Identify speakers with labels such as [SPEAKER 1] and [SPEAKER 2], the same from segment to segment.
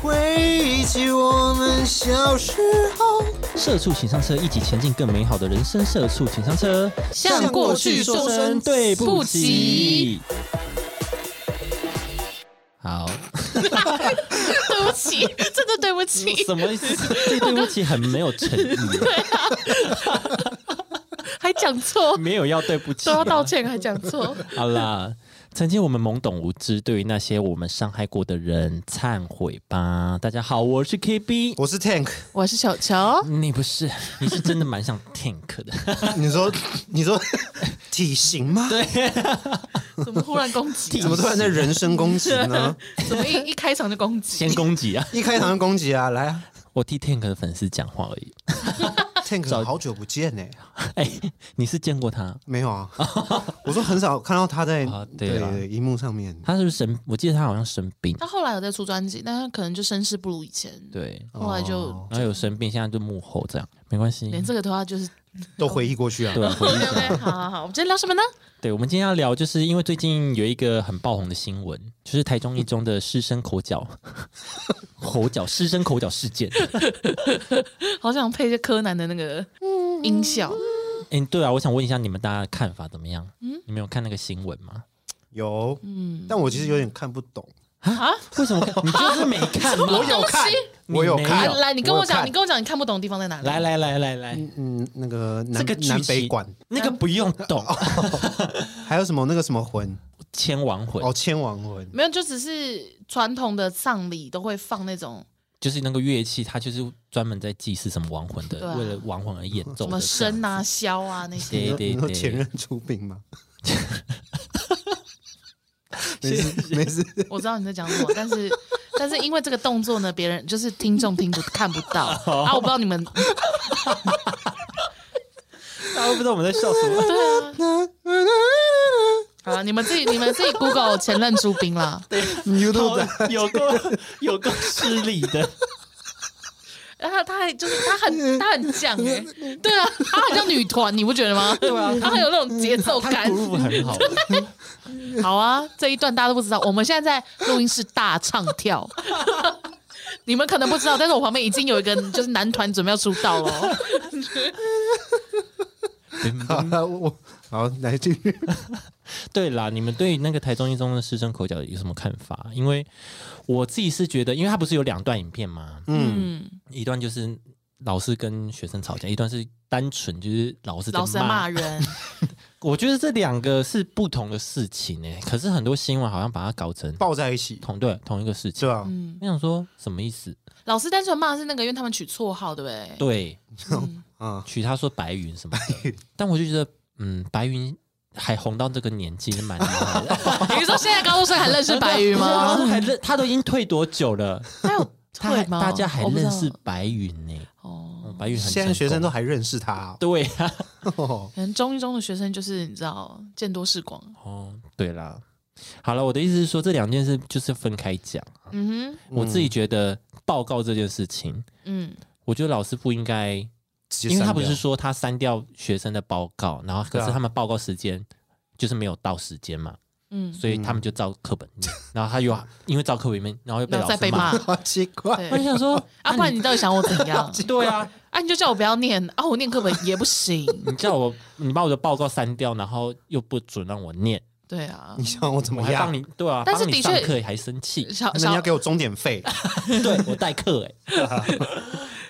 [SPEAKER 1] 回忆起我们小时候，
[SPEAKER 2] 社畜请上车，一起前进更美好的人生。社畜请上车，
[SPEAKER 1] 向过去说声
[SPEAKER 2] 对不
[SPEAKER 3] 不
[SPEAKER 2] 起
[SPEAKER 3] 起。
[SPEAKER 2] 好，
[SPEAKER 3] 对不 起，真的对不起，
[SPEAKER 2] 什么意思？这对不起很没有诚意，
[SPEAKER 3] 还讲错，
[SPEAKER 2] 没有要对不起
[SPEAKER 3] 都要
[SPEAKER 2] 啊。
[SPEAKER 3] 道歉还讲错，
[SPEAKER 2] 好啦，曾经我们懵懂无知，对于那些我们伤害过的人，忏悔吧。大家好，我是 KB，
[SPEAKER 1] 我是 Tank，
[SPEAKER 3] 我是小乔，
[SPEAKER 2] 你不是，你是真的蛮像 Tank 的。
[SPEAKER 1] 你说 你说体型吗？对，
[SPEAKER 3] 怎么忽然攻击
[SPEAKER 1] 怎么
[SPEAKER 3] 啊？
[SPEAKER 1] 突然在人身攻击 呢？
[SPEAKER 3] 怎么一一开场就攻 击？
[SPEAKER 2] 先攻击啊！
[SPEAKER 1] 一开场就攻击啊，来啊
[SPEAKER 2] 我替 Tank 的粉丝讲话而已。
[SPEAKER 1] ，Tank 好久不见呢、
[SPEAKER 2] 哎、你是见过他？
[SPEAKER 1] 没有啊，我说很少看到他在
[SPEAKER 2] 啊对
[SPEAKER 1] 对
[SPEAKER 2] 啦
[SPEAKER 1] 荧幕上面。
[SPEAKER 2] 他是不是生？我记得他好像生病，
[SPEAKER 3] 他后来有在出专辑，但他可能就声势不如以前，
[SPEAKER 2] 对，
[SPEAKER 3] 后来就
[SPEAKER 2] 然后有生病，现在就幕后这样，没关系。
[SPEAKER 3] 连这个的话就是
[SPEAKER 1] 都回忆过去啊，
[SPEAKER 2] 对啊，回忆
[SPEAKER 3] 对对， 好好好，我们今天聊什么呢？
[SPEAKER 2] 对，我们今天要聊，就是因为最近有一个很爆红的新闻，就是台中一中的师生口角， 口角，师生口角事件。
[SPEAKER 3] 好想配一些柯南的那个音效，
[SPEAKER 2] 哎、对啊，我想问一下你们大家的看法怎么样？嗯，你们有看那个新闻吗？
[SPEAKER 1] 有，但我其实有点看不懂。
[SPEAKER 3] 啊
[SPEAKER 2] 为什么看？你就是没看吗？
[SPEAKER 3] 有看，
[SPEAKER 2] 你
[SPEAKER 1] 我有
[SPEAKER 2] 没
[SPEAKER 3] 来
[SPEAKER 1] 看
[SPEAKER 2] 有
[SPEAKER 3] 啊来，你跟我
[SPEAKER 1] 我有
[SPEAKER 3] 讲，
[SPEAKER 1] 看
[SPEAKER 3] 你跟我讲，你看不懂的地方在哪里？
[SPEAKER 2] 哦来来来来来，
[SPEAKER 1] 嗯，那个南
[SPEAKER 2] 这个剧
[SPEAKER 1] 南
[SPEAKER 2] 情
[SPEAKER 1] 北馆，
[SPEAKER 2] 那个不用 懂，
[SPEAKER 1] 还有什么那个什么魂
[SPEAKER 2] 千王魂
[SPEAKER 1] 哦，千王魂，
[SPEAKER 3] 没有，就只是传统的丧礼都会放那种
[SPEAKER 2] 就是那个乐器，它就是专门在祭祀什么亡魂的，
[SPEAKER 3] 对啊
[SPEAKER 2] 为了亡魂而演奏的
[SPEAKER 3] 什么
[SPEAKER 2] 这样。
[SPEAKER 3] 笙啊、箫啊那
[SPEAKER 2] 对
[SPEAKER 3] 些。
[SPEAKER 1] 你说
[SPEAKER 2] 对
[SPEAKER 1] 你说
[SPEAKER 2] 对
[SPEAKER 1] 前任出殡 吗？没事没事，
[SPEAKER 3] 我知道你在讲什么，但是但是因为这个动作呢，别人就是听众听不看不到啊，我不知道你们
[SPEAKER 2] 大家都不知道我们在笑什 么。
[SPEAKER 3] 对啊，好啊，你们自己你们自己 Google 前任朱兵啦。
[SPEAKER 1] 你又
[SPEAKER 3] 啊
[SPEAKER 1] 都在
[SPEAKER 2] 好有个 有个失礼 的，
[SPEAKER 3] 然后他还就是他很他很犟哎、 对啊，他很像女团，你不觉得吗？对啊，他很有那种节奏
[SPEAKER 2] 他
[SPEAKER 3] 感。
[SPEAKER 2] groove 很好。
[SPEAKER 3] 好啊，这一段大家都不知道，我们现在在录音室大唱 跳。你们可能不知道，但是我旁边已经有一个就是男团准备要出道了哦。
[SPEAKER 1] 好了，我我好来继续。
[SPEAKER 2] 对啦，你们对那个台中一中的师生口角有什么看法？因为我自己是觉得，因为它不是有两段影片吗？
[SPEAKER 1] 嗯，
[SPEAKER 3] 嗯，
[SPEAKER 2] 一段就是老师跟学生吵架，一段是单纯就是老师在
[SPEAKER 3] 老师在骂人，
[SPEAKER 2] 我觉得这两个是不同的事情诶、可是很多新闻好像把它搞成
[SPEAKER 1] 抱在一起，
[SPEAKER 2] 同对同一个事情
[SPEAKER 1] 对。吧？
[SPEAKER 3] 嗯，
[SPEAKER 2] 我想说什么意思？
[SPEAKER 3] 老师单纯骂的是那个，因为他们取绰号，对不对？
[SPEAKER 2] 对，
[SPEAKER 1] 啊，
[SPEAKER 2] 取他说白云什么的，但我就觉得，嗯，白云还红到这个年纪是蛮厉害的。
[SPEAKER 3] 你 是说现在高中生还认识白
[SPEAKER 2] 你
[SPEAKER 3] 云
[SPEAKER 2] 知道
[SPEAKER 3] 吗？
[SPEAKER 2] 他还认他都已经退多久了？
[SPEAKER 3] 他有
[SPEAKER 2] 他还
[SPEAKER 3] 退吗？
[SPEAKER 2] 大家还
[SPEAKER 3] 我不知
[SPEAKER 2] 认
[SPEAKER 3] 道
[SPEAKER 2] 识白云呢、
[SPEAKER 3] 哦。
[SPEAKER 2] 嗯白云很
[SPEAKER 1] 现在学生
[SPEAKER 2] 成功
[SPEAKER 1] 都还认识他
[SPEAKER 2] 对啊，
[SPEAKER 1] 哦。
[SPEAKER 3] 可能中一中的学生就是你知道见多识广，
[SPEAKER 2] 哦，对啦。好了，我的意思是说，这两件事就是分开讲。
[SPEAKER 3] 嗯
[SPEAKER 2] 我自己觉得报告这件事情，
[SPEAKER 3] 哼，嗯，
[SPEAKER 2] 我觉得老师不应该
[SPEAKER 1] 直接
[SPEAKER 2] 因为他
[SPEAKER 1] 删
[SPEAKER 2] 不
[SPEAKER 1] 掉
[SPEAKER 2] 是说他删掉学生的报告，然后可
[SPEAKER 1] 对啊
[SPEAKER 2] 是他们报告时间就是没有到时间嘛，
[SPEAKER 3] 嗯
[SPEAKER 2] 所以他们就照课本念， 然后他又因为照课本念，然后又被
[SPEAKER 3] 然
[SPEAKER 2] 老
[SPEAKER 3] 后再
[SPEAKER 2] 师
[SPEAKER 3] 被
[SPEAKER 2] 骂
[SPEAKER 3] 骂。，
[SPEAKER 1] 好奇怪，
[SPEAKER 2] 我就
[SPEAKER 3] 对，
[SPEAKER 2] 想说，
[SPEAKER 3] 啊，不然你到底想我怎 样？
[SPEAKER 2] 对啊，
[SPEAKER 3] 啊，你就叫我不要念啊，我念课本也 不行。
[SPEAKER 2] 你叫我你把我的报告删掉，然后又不准让我念，
[SPEAKER 3] 对啊
[SPEAKER 1] 你，想我怎
[SPEAKER 2] 我
[SPEAKER 1] 么
[SPEAKER 2] 还帮
[SPEAKER 1] 样？
[SPEAKER 2] 你对啊，
[SPEAKER 3] 但是
[SPEAKER 2] 帮你
[SPEAKER 3] 的确
[SPEAKER 2] 上课还生 气，
[SPEAKER 3] 小
[SPEAKER 1] 那你
[SPEAKER 3] 小
[SPEAKER 1] 要给我钟点 费，
[SPEAKER 2] 对我代课哎，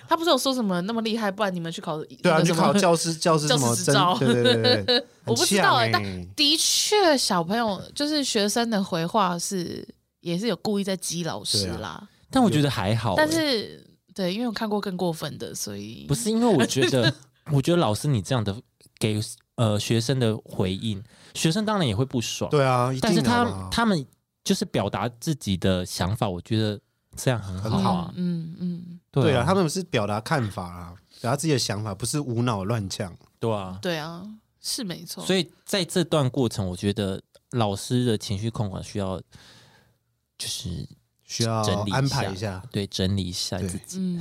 [SPEAKER 3] 他不是有说什么那么厉害，不然你们去考
[SPEAKER 1] 对啊，
[SPEAKER 3] 那个
[SPEAKER 1] 去
[SPEAKER 3] 什么
[SPEAKER 1] 考教师教师什么
[SPEAKER 3] 教师执
[SPEAKER 1] 证
[SPEAKER 3] 照
[SPEAKER 1] 对对对 对，
[SPEAKER 3] 我不知道
[SPEAKER 1] 哎
[SPEAKER 2] 啊
[SPEAKER 3] 欸，但 的确小朋友就是学生的回话是也是有故意在激老师
[SPEAKER 1] 对啊
[SPEAKER 3] 啦，
[SPEAKER 2] 但我觉得还好欸，
[SPEAKER 1] 啊
[SPEAKER 3] 但是对，因为我看过更过分的，所以
[SPEAKER 2] 不是因为我觉 得，我觉得老师你这样的给呃学生的回应，学生当然也会不爽，
[SPEAKER 1] 对啊，一定
[SPEAKER 2] 但是
[SPEAKER 1] 的
[SPEAKER 2] 他
[SPEAKER 1] 嘛
[SPEAKER 2] 他们就是表达自己的想法，我觉得这样很好
[SPEAKER 1] 很好
[SPEAKER 2] 啊。
[SPEAKER 3] 嗯嗯，
[SPEAKER 1] 对啊，
[SPEAKER 2] 啊，
[SPEAKER 1] 他们是表达看法啊，表达自己的想法，不是无脑乱讲。
[SPEAKER 2] 对啊。
[SPEAKER 3] 对啊，是没错。
[SPEAKER 2] 所以在这段过程，我觉得老师的情绪控管需要就是
[SPEAKER 1] 需要
[SPEAKER 2] 整理
[SPEAKER 1] 安排一下，
[SPEAKER 2] 对，整理一下
[SPEAKER 1] 对
[SPEAKER 2] 自己。
[SPEAKER 3] 嗯，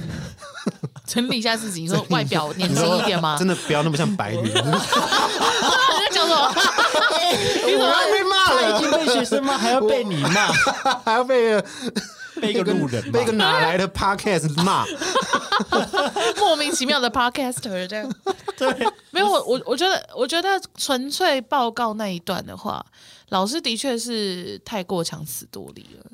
[SPEAKER 3] 整理一下自己，你说外表年轻一点吗？
[SPEAKER 1] 真的不要那么像白云。
[SPEAKER 3] 你在讲什么？你怎么
[SPEAKER 1] 被骂
[SPEAKER 2] 他已经被学生骂，还要被你骂，
[SPEAKER 1] 还要被
[SPEAKER 2] 被一个路人骂
[SPEAKER 1] 被一个。哪来的 podcast 骂？
[SPEAKER 3] 莫名其妙的 podcaster 这样。
[SPEAKER 2] 对，
[SPEAKER 3] 没有，我我我觉得，我觉得纯粹报告那一段的话，老师的确是太过强词夺理了。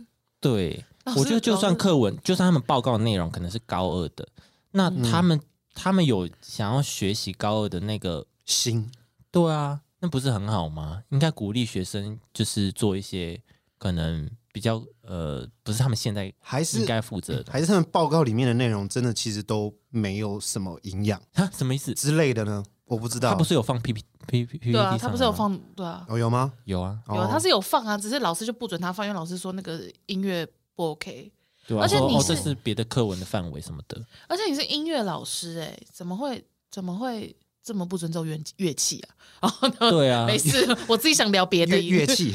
[SPEAKER 2] 对
[SPEAKER 3] 老，师
[SPEAKER 2] 我觉得就算课文，就算他们报告的内容可能是高二的，那
[SPEAKER 1] 嗯
[SPEAKER 2] 他们、他们有想要学习高二的那个，
[SPEAKER 1] 心
[SPEAKER 2] 对啊，那不是很好吗？应该鼓励学生就是做一些可能比较呃，不是他们现在
[SPEAKER 1] 还是
[SPEAKER 2] 应该负责的
[SPEAKER 1] 还是他们报告里面的内容真的其实都没有什么营养
[SPEAKER 2] 啊？什么意思？
[SPEAKER 1] 之类的呢？我不知
[SPEAKER 2] 他
[SPEAKER 1] 嗯道
[SPEAKER 2] 不，是有放 P P P P P P
[SPEAKER 3] 对啊，
[SPEAKER 2] T
[SPEAKER 3] 他
[SPEAKER 2] 上
[SPEAKER 3] 不是有
[SPEAKER 2] 吗
[SPEAKER 3] 放对啊，
[SPEAKER 1] 哦有吗？
[SPEAKER 2] 有啊，
[SPEAKER 3] 有啊
[SPEAKER 1] 哦
[SPEAKER 3] 他是有放啊，只是老师就不准他放，因为老师说那个音乐不 OK，
[SPEAKER 2] 对啊，
[SPEAKER 3] 而且
[SPEAKER 2] 说
[SPEAKER 3] 你
[SPEAKER 2] 哦，
[SPEAKER 3] 是
[SPEAKER 2] 这是别的课文的范围什么的，
[SPEAKER 3] 而且你是音乐老师哎、怎么会怎么会这么不尊重乐乐器啊？ 哦，那
[SPEAKER 2] 对啊
[SPEAKER 3] 没事， 我自己想聊别的
[SPEAKER 1] 乐
[SPEAKER 3] 音
[SPEAKER 1] 乐器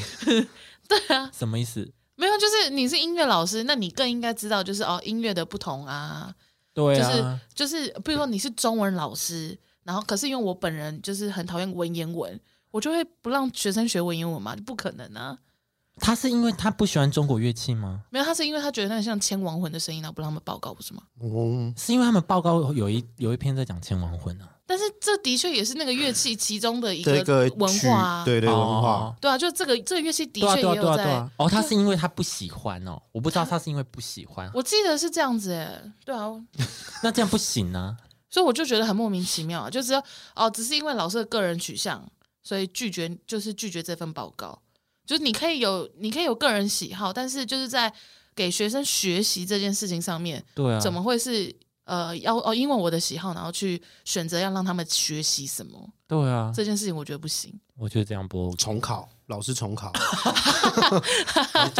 [SPEAKER 3] 对啊，
[SPEAKER 2] 什么意思？
[SPEAKER 3] 没有，就是你是音乐老师，那你更应该知道就是哦音乐的不同啊，
[SPEAKER 2] 对
[SPEAKER 3] 就
[SPEAKER 2] 啊，
[SPEAKER 3] 是就是，比如说你是中文老师，然后可是因为我本人就是很讨厌文言文，我就会不让学生学文言文嘛，不可能啊。
[SPEAKER 2] 他是因为他不喜欢中国乐器吗？
[SPEAKER 3] 没有，他是因为他觉得那个像千亡魂的声音，然后不让他们报告，不是吗？
[SPEAKER 1] 哦，
[SPEAKER 2] 是因为他们报告有一有一篇在讲千王婚啊，
[SPEAKER 3] 但是这的确也是那个乐器其中的一
[SPEAKER 1] 这
[SPEAKER 3] 个
[SPEAKER 1] 个
[SPEAKER 3] 文
[SPEAKER 1] 曲
[SPEAKER 3] 化啊，
[SPEAKER 1] 对对文化
[SPEAKER 2] 哦，
[SPEAKER 3] 对啊，就这个这个乐器的
[SPEAKER 2] 对啊
[SPEAKER 3] 确
[SPEAKER 2] 对啊
[SPEAKER 3] 也
[SPEAKER 2] 对
[SPEAKER 3] 有
[SPEAKER 2] 啊对
[SPEAKER 3] 在
[SPEAKER 2] 啊，，哦，他是因为他不喜欢哦，我不知道他是因为不喜欢，
[SPEAKER 3] 我记得是这样子哎，对啊，
[SPEAKER 2] 那这样不行啊，
[SPEAKER 3] 所以我就觉得很莫名其妙啊，就只要哦，只是因为老师的个人取向，所以拒绝就是拒绝这份报告。就是你可以有你可以有个人喜好，但是就是在给学生学习这件事情上面，
[SPEAKER 2] 对啊，
[SPEAKER 3] 怎么会是呃要哦因为我的喜好，然后去选择要让他们学习什么
[SPEAKER 2] 对啊？
[SPEAKER 3] 这件事情，我觉得不行。
[SPEAKER 2] 我觉得这样不 OK。
[SPEAKER 1] 重考，老师重考，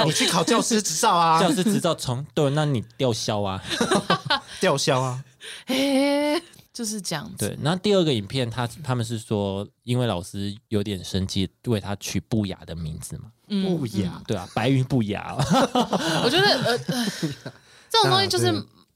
[SPEAKER 1] 你去考教师执照啊
[SPEAKER 2] 教，师执照重对，那你吊销啊。
[SPEAKER 1] 吊销啊，
[SPEAKER 3] 哎，就是这样子。
[SPEAKER 2] 对，然后第二个影片，他他们是说，因为老师有点生气，为他取不雅的名字嘛。
[SPEAKER 3] 嗯，
[SPEAKER 1] 不雅
[SPEAKER 2] 对啊，白云 不雅、
[SPEAKER 3] 我觉得呃， 呃这种东西就是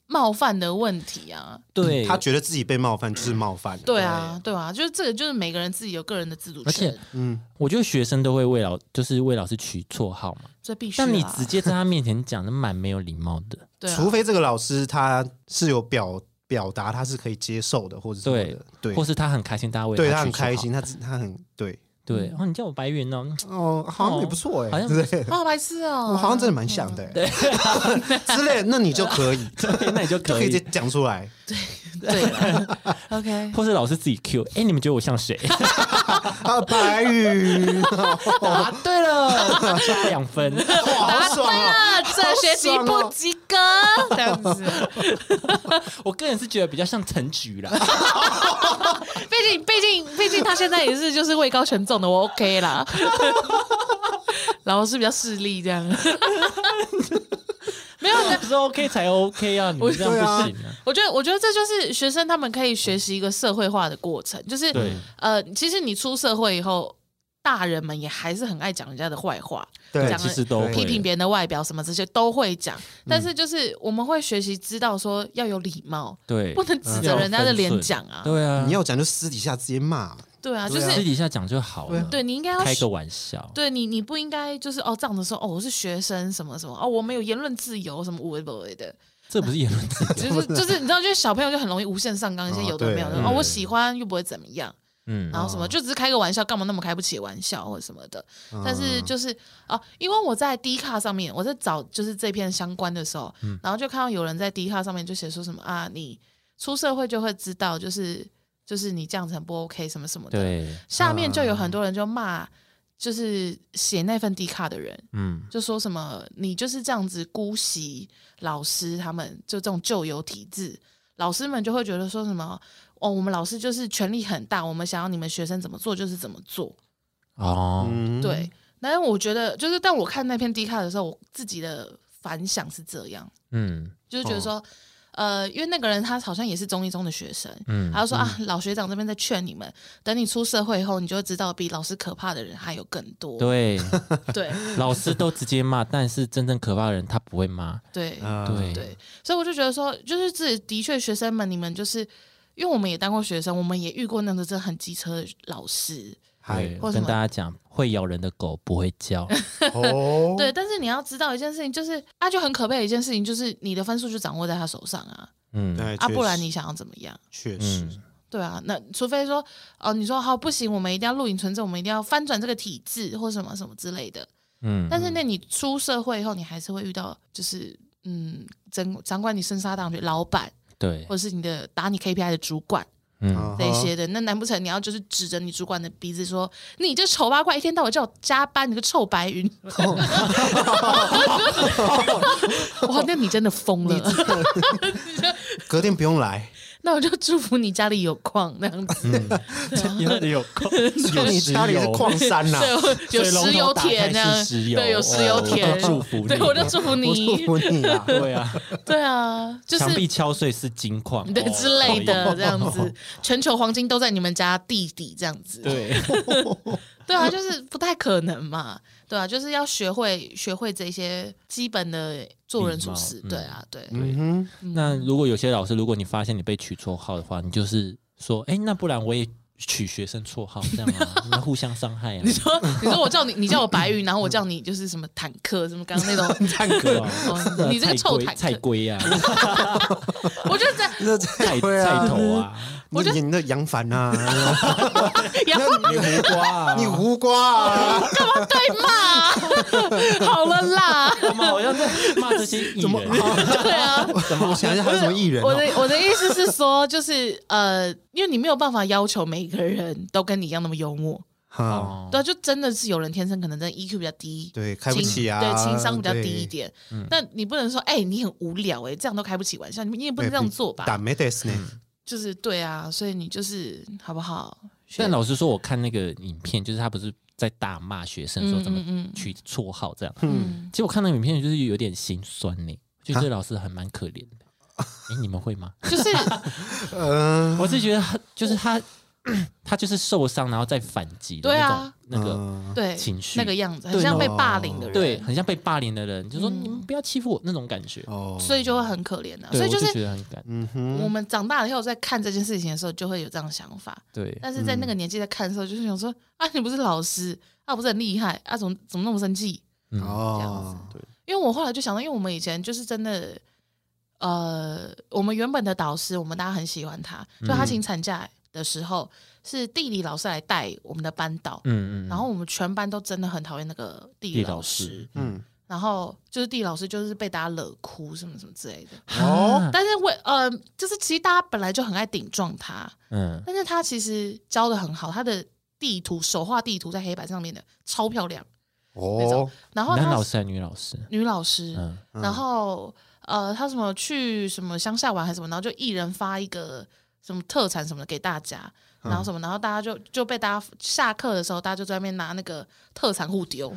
[SPEAKER 3] 冒犯的问题啊。
[SPEAKER 2] 对，
[SPEAKER 1] 他觉得自己被冒犯就是冒犯，
[SPEAKER 3] 对，啊，对啊，就是这个，就是每个人自己有个人的自主
[SPEAKER 2] 而且
[SPEAKER 3] 权，
[SPEAKER 1] 嗯，
[SPEAKER 2] 我觉得学生都会为老就是为老师取绰号嘛。
[SPEAKER 3] 这必须啊。
[SPEAKER 2] 但你直接在他面前讲，那蛮没有礼貌的。
[SPEAKER 3] 对啊
[SPEAKER 1] 除非这个老师他是有表表达他是可以接受的，或者什么的，对
[SPEAKER 2] 或，是他很开心，大家为
[SPEAKER 1] 对他
[SPEAKER 2] 他取
[SPEAKER 1] 很
[SPEAKER 2] 绰
[SPEAKER 1] 开
[SPEAKER 2] 号
[SPEAKER 1] 心，。嗯他自他很对，
[SPEAKER 2] 对，哦，你叫我白 云哦，
[SPEAKER 1] 哦，好像也不错哎，
[SPEAKER 2] 好像
[SPEAKER 1] 对不对
[SPEAKER 3] 啊，白痴哦，
[SPEAKER 1] 我好像真的蛮像的欸，之类的，那你就可 以
[SPEAKER 2] 对，那你就
[SPEAKER 1] 就
[SPEAKER 2] 可
[SPEAKER 1] 可以直
[SPEAKER 2] 以
[SPEAKER 1] 接。讲出来，
[SPEAKER 3] 对了，OK，
[SPEAKER 2] 或是老师自己 Q，哎、你们觉得我 像谁？
[SPEAKER 1] 啊，白宇，
[SPEAKER 2] 答
[SPEAKER 1] 哦
[SPEAKER 2] 对了，加 两分。
[SPEAKER 1] 哇，好哦爽啊！
[SPEAKER 3] 啊，这学期不及格，这样子，
[SPEAKER 2] 我个人是觉得比较像陈菊啦，
[SPEAKER 3] 毕竟毕竟毕竟他现在也是就是位高权重的，我 OK 啦。 老师比较势利这样，没有 的。
[SPEAKER 2] 不是 OK 才 OK 啊，你们这样不行啊。
[SPEAKER 3] 我觉得，我觉得这就是学生他们可以学习一个社会化的过程，就是
[SPEAKER 2] 对
[SPEAKER 3] 呃，其实你出社会以后，大人们也还是很爱讲人家的坏话，
[SPEAKER 1] 对嗯
[SPEAKER 3] 啊讲
[SPEAKER 2] 其实都会
[SPEAKER 3] 批评别人的外表什么这些都会讲，但是就是我们会学习知道说要有礼貌，
[SPEAKER 2] 对，
[SPEAKER 3] 不能指着人家的脸讲啊，
[SPEAKER 2] 对啊，
[SPEAKER 1] 嗯你要讲就私底下直接骂，
[SPEAKER 3] 对啊，就
[SPEAKER 1] 对啊
[SPEAKER 2] 私
[SPEAKER 3] 是
[SPEAKER 2] 底下讲就好了，
[SPEAKER 3] 对你应该要
[SPEAKER 2] 开个玩笑。
[SPEAKER 3] 对你，你不应该就是哦这样子说哦，我是学生什么什么哦，我们有言论自由什么无为不 为的，
[SPEAKER 2] 这不是言论自 由，
[SPEAKER 3] 就是就是你知道，就是小朋友就很容易无限上纲一些
[SPEAKER 1] 哦
[SPEAKER 3] 有的
[SPEAKER 1] 对
[SPEAKER 3] 没有的
[SPEAKER 1] 对哦
[SPEAKER 3] 哦，我喜欢又不会怎么样，
[SPEAKER 2] 嗯，
[SPEAKER 3] 然后什么就只是开个玩笑，干嘛那么开不起玩笑或者什么的？
[SPEAKER 1] 嗯
[SPEAKER 3] 但是就是哦，因为我在 D 卡上面，我在找就是这篇相关的时候，然后就看到有人在 D 卡上面就写说什么啊，你出社会就会知道，就是就是你这样子很不 OK 什么什么的。
[SPEAKER 2] 对，
[SPEAKER 3] 下面就有很多人就骂，就是写那份 D 卡的人，
[SPEAKER 2] 嗯，
[SPEAKER 3] 就说什么你就是这样子姑息老师他们，就这种旧有体制，老师们就会觉得说什么哦，我们老师就是权力很大，我们想要你们学生怎么做就是怎么做。
[SPEAKER 2] 哦，
[SPEAKER 1] 嗯，
[SPEAKER 3] 对，但是我觉得就是，但我看那篇 D 卡的时候，我自己的反响是这样，
[SPEAKER 2] 嗯
[SPEAKER 3] 就是觉得说。呃，因为那个人他好像也是中一中的学生，
[SPEAKER 2] 嗯
[SPEAKER 3] 他就说、啊，老学长这边在劝你们，等你出社会以后，你就会知道比老师可怕的人还有更多。
[SPEAKER 2] 对，
[SPEAKER 3] 对
[SPEAKER 2] 老师都直接骂，但是真正可怕的人他不会骂，
[SPEAKER 3] 对，
[SPEAKER 1] 啊，
[SPEAKER 2] 对
[SPEAKER 3] 对，所以我就觉得说，就是自己的确学生们，你们就是因为我们也当过学生，我们也遇过那种真的很机车的老师，
[SPEAKER 2] 对，
[SPEAKER 1] 嗨
[SPEAKER 3] 或
[SPEAKER 2] 我
[SPEAKER 3] 什
[SPEAKER 2] 跟
[SPEAKER 3] 么
[SPEAKER 2] 大家讲，会咬人的狗不会 叫。
[SPEAKER 1] 哦，
[SPEAKER 3] 对，但是你要知道一件事情，就是啊，就很可悲的一件事情，就是你的分数就掌握在他手上啊，
[SPEAKER 2] 嗯，
[SPEAKER 1] 对，
[SPEAKER 3] 啊，
[SPEAKER 1] 确
[SPEAKER 3] 不然
[SPEAKER 1] 实
[SPEAKER 3] 你想要怎么样？
[SPEAKER 1] 哎确实
[SPEAKER 2] 嗯
[SPEAKER 3] 对啊，那除非说哦，你说好不行，我们一定要录影存证，我们一定要翻转这个体制或什么什么之类的。
[SPEAKER 2] 嗯，
[SPEAKER 3] 但是那你出社会以后，你还是会遇到就是嗯，掌掌管你生杀大权老板，
[SPEAKER 2] 对
[SPEAKER 3] 或，者是你的打你 KPI 的主管
[SPEAKER 2] 嗯，
[SPEAKER 1] 啊
[SPEAKER 3] 这一
[SPEAKER 1] 哈
[SPEAKER 3] 些的，那难不成你要就是指着你主管的鼻子说你这丑八怪，一天到晚叫我加班，你个臭白 云？
[SPEAKER 1] 哦
[SPEAKER 3] 哇，那你真的疯了！
[SPEAKER 1] 隔天不用来，
[SPEAKER 3] 那我就祝福你家里有矿那样子，
[SPEAKER 2] 那 里有空，
[SPEAKER 1] 有你家里是矿山呐、
[SPEAKER 3] 对，有
[SPEAKER 2] 水龙头
[SPEAKER 3] 石油
[SPEAKER 2] 打开
[SPEAKER 3] 田
[SPEAKER 2] 是
[SPEAKER 3] 那样，
[SPEAKER 2] 石油
[SPEAKER 3] 对，有石油
[SPEAKER 2] 哦
[SPEAKER 3] 田，
[SPEAKER 2] 祝福你
[SPEAKER 3] 对我就 祝福
[SPEAKER 1] 我祝
[SPEAKER 3] 你，
[SPEAKER 1] 福你啊！
[SPEAKER 2] 对啊，
[SPEAKER 3] 对啊，就是
[SPEAKER 2] 墙壁敲碎是金矿，
[SPEAKER 3] 对
[SPEAKER 2] 哦
[SPEAKER 3] 之类的
[SPEAKER 2] 可以
[SPEAKER 3] 这样子，全球黄金都在你们家地底这样子，
[SPEAKER 2] 对，
[SPEAKER 3] 对啊，就是不太可能嘛，对啊，就是要学会学会这些基本的做人处事
[SPEAKER 2] 礼，貌
[SPEAKER 3] 对啊，对，
[SPEAKER 1] 嗯
[SPEAKER 2] 那如果有些老师，如果你发现你被取绰号的话，你就是说，哎、那不然我也取学生绰号，这样 啊，那互相伤害啊
[SPEAKER 3] 你。说你说我叫你你叫我白云，然后我叫你就是什么坦克什么刚刚那种
[SPEAKER 1] 哼，，探
[SPEAKER 2] 对
[SPEAKER 1] 戈
[SPEAKER 2] 啊，
[SPEAKER 3] 哦你这个臭坦
[SPEAKER 2] 菜
[SPEAKER 3] 克，
[SPEAKER 2] 龟 啊，
[SPEAKER 3] 我就在
[SPEAKER 1] 那菜
[SPEAKER 2] 菜
[SPEAKER 1] 龟啊，
[SPEAKER 2] 菜头，啊，
[SPEAKER 1] 你演的杨凡啊，
[SPEAKER 3] 杨
[SPEAKER 2] 你胡瓜啊，
[SPEAKER 1] 你胡瓜啊，
[SPEAKER 3] 对骂， 好了啦，
[SPEAKER 2] 我们好像在骂这些艺人，
[SPEAKER 3] 对啊。
[SPEAKER 1] 我想一下还有什么艺人、
[SPEAKER 3] 我
[SPEAKER 1] 哦？
[SPEAKER 3] 的我的意思是说，就是呃，因为你没有办法要求每一个人都跟你一样那么幽默，
[SPEAKER 1] 哈，
[SPEAKER 2] 哦
[SPEAKER 3] 对啊，就真的是有人天生可能真的 EQ 比较低，
[SPEAKER 1] 对，开不起啊，
[SPEAKER 3] 情对情商比较低一
[SPEAKER 1] 对。嗯
[SPEAKER 3] 点。那你不能说，哎、你很无聊哎、这样都开不起玩笑，你你也不能
[SPEAKER 1] 对
[SPEAKER 3] 这 样做吧？
[SPEAKER 1] 打没得死呢，
[SPEAKER 3] 就是对啊，所以你就是好不好？
[SPEAKER 2] 但老实说，我看那个影片，就是他不是在大骂学生说怎么
[SPEAKER 3] 嗯嗯
[SPEAKER 2] 取绰号这样，
[SPEAKER 3] 嗯，
[SPEAKER 2] 结果看那个影片就是有点心酸呢，就
[SPEAKER 1] 啊
[SPEAKER 2] 觉得老师还蛮可怜 的。哎、你们会吗？
[SPEAKER 3] 就是
[SPEAKER 1] 嗯，
[SPEAKER 2] 我是觉得他就是他， 他就是受伤然后再反击的
[SPEAKER 3] 对
[SPEAKER 2] 那
[SPEAKER 3] 啊
[SPEAKER 2] 种那个，
[SPEAKER 1] 嗯
[SPEAKER 3] 对
[SPEAKER 2] 情绪
[SPEAKER 3] 那个样子，很
[SPEAKER 2] 对
[SPEAKER 3] 像被
[SPEAKER 1] 哦
[SPEAKER 3] 霸凌的人，
[SPEAKER 2] 对，，很像被霸凌的人，就说
[SPEAKER 3] 嗯
[SPEAKER 2] 你们不要欺负我那种感觉。
[SPEAKER 1] 哦，
[SPEAKER 3] 所以就会很可怜的、
[SPEAKER 2] 对，
[SPEAKER 3] 所以
[SPEAKER 2] 我
[SPEAKER 3] 是
[SPEAKER 2] 觉得很感
[SPEAKER 1] 嗯哼，
[SPEAKER 3] 我们长大了以后在看这件事情的时候，就会有这样的想法。
[SPEAKER 2] 对，
[SPEAKER 3] 但是在那个年纪在看的时候，就是想说啊，你不是老师啊，不是很厉害啊，怎么怎么那么生气？
[SPEAKER 2] 嗯
[SPEAKER 3] 这
[SPEAKER 1] 哦
[SPEAKER 3] 样，因为我后来就想到，因为我们以前就是真的，呃，我们原本的导师，我们大家很喜欢他，就他请产假的时候，是地理老师来带我们的班导，
[SPEAKER 2] 嗯嗯，
[SPEAKER 3] 然后我们全班都真的很讨厌那个地理老师，
[SPEAKER 2] 地理老师
[SPEAKER 1] 嗯，
[SPEAKER 3] 然后就是地理老师就是被大家惹哭什么什么之类的。
[SPEAKER 2] 哦，
[SPEAKER 3] 但是为呃，就是其实大家本来就很爱顶撞他，
[SPEAKER 2] 嗯，
[SPEAKER 3] 但是他其实教的很好，他的地图手画地图在黑板上面的超漂亮。那
[SPEAKER 1] 哦
[SPEAKER 3] 种，然后
[SPEAKER 2] 男
[SPEAKER 3] 他
[SPEAKER 2] 老师还是女老 师？
[SPEAKER 3] 女老师，
[SPEAKER 2] 嗯
[SPEAKER 3] 然后呃，他什么去什么乡下玩还是什么，然后就一人发一个什么特产什么的给大家，然
[SPEAKER 1] 嗯
[SPEAKER 3] 后什么，然后大家就就被大家下课的时候，大家就在那边拿那个特产互丢，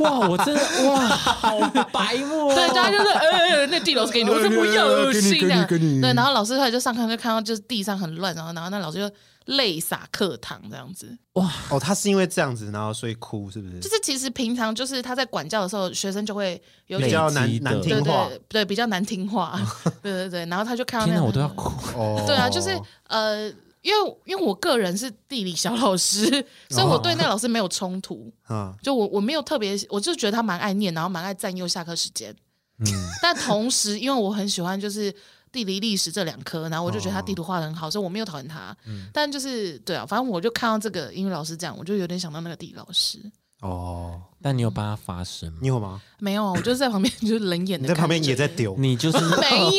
[SPEAKER 2] 哇，我真的 哇，好白目哦。
[SPEAKER 3] 对，大家就是呃、呃那地老师给你，我说不要，恶心这样，
[SPEAKER 1] 呃给你给你给你
[SPEAKER 3] 对，然后老师后来就上课就看到就是地上很乱，然后然后那老师就泪洒课堂这样子，
[SPEAKER 1] 哦，他是因为这样子，然后所以哭，是不是？
[SPEAKER 3] 就是其实平常就是他在管教的时候，学生就会有
[SPEAKER 1] 比
[SPEAKER 3] 点。
[SPEAKER 1] 较
[SPEAKER 2] 累
[SPEAKER 1] 难
[SPEAKER 2] 积的
[SPEAKER 1] 难
[SPEAKER 3] 对
[SPEAKER 1] 听话
[SPEAKER 3] 对对，比较难听话，对对对，然后他就看到那
[SPEAKER 2] 天哪，
[SPEAKER 3] 种
[SPEAKER 2] 我都要哭。
[SPEAKER 1] 哦，
[SPEAKER 3] 对啊，就是呃，因为因为我个人是地理小老师，所以
[SPEAKER 2] 哦
[SPEAKER 3] 我对那老师没有冲突。
[SPEAKER 1] 啊，
[SPEAKER 3] 就我我没有特别，我就觉得他蛮爱念，然后蛮爱占用下课时间。
[SPEAKER 2] 嗯，
[SPEAKER 3] 但同时，因为我很喜欢就是地理、历史这两科，然后我就觉得他地
[SPEAKER 2] 哦
[SPEAKER 3] 图画的很好，所以我没有讨厌他。
[SPEAKER 2] 嗯
[SPEAKER 3] 但就是对啊，反正我就看到这个英语老师这样，我就有点想到那个地理老师。
[SPEAKER 1] 哦，
[SPEAKER 2] 但你有帮他发声吗？
[SPEAKER 1] 你有吗？
[SPEAKER 3] 没有，我就是在旁边就是冷眼
[SPEAKER 1] 你在
[SPEAKER 3] 的，
[SPEAKER 1] 旁边也在。丢，
[SPEAKER 2] 你就是
[SPEAKER 3] 没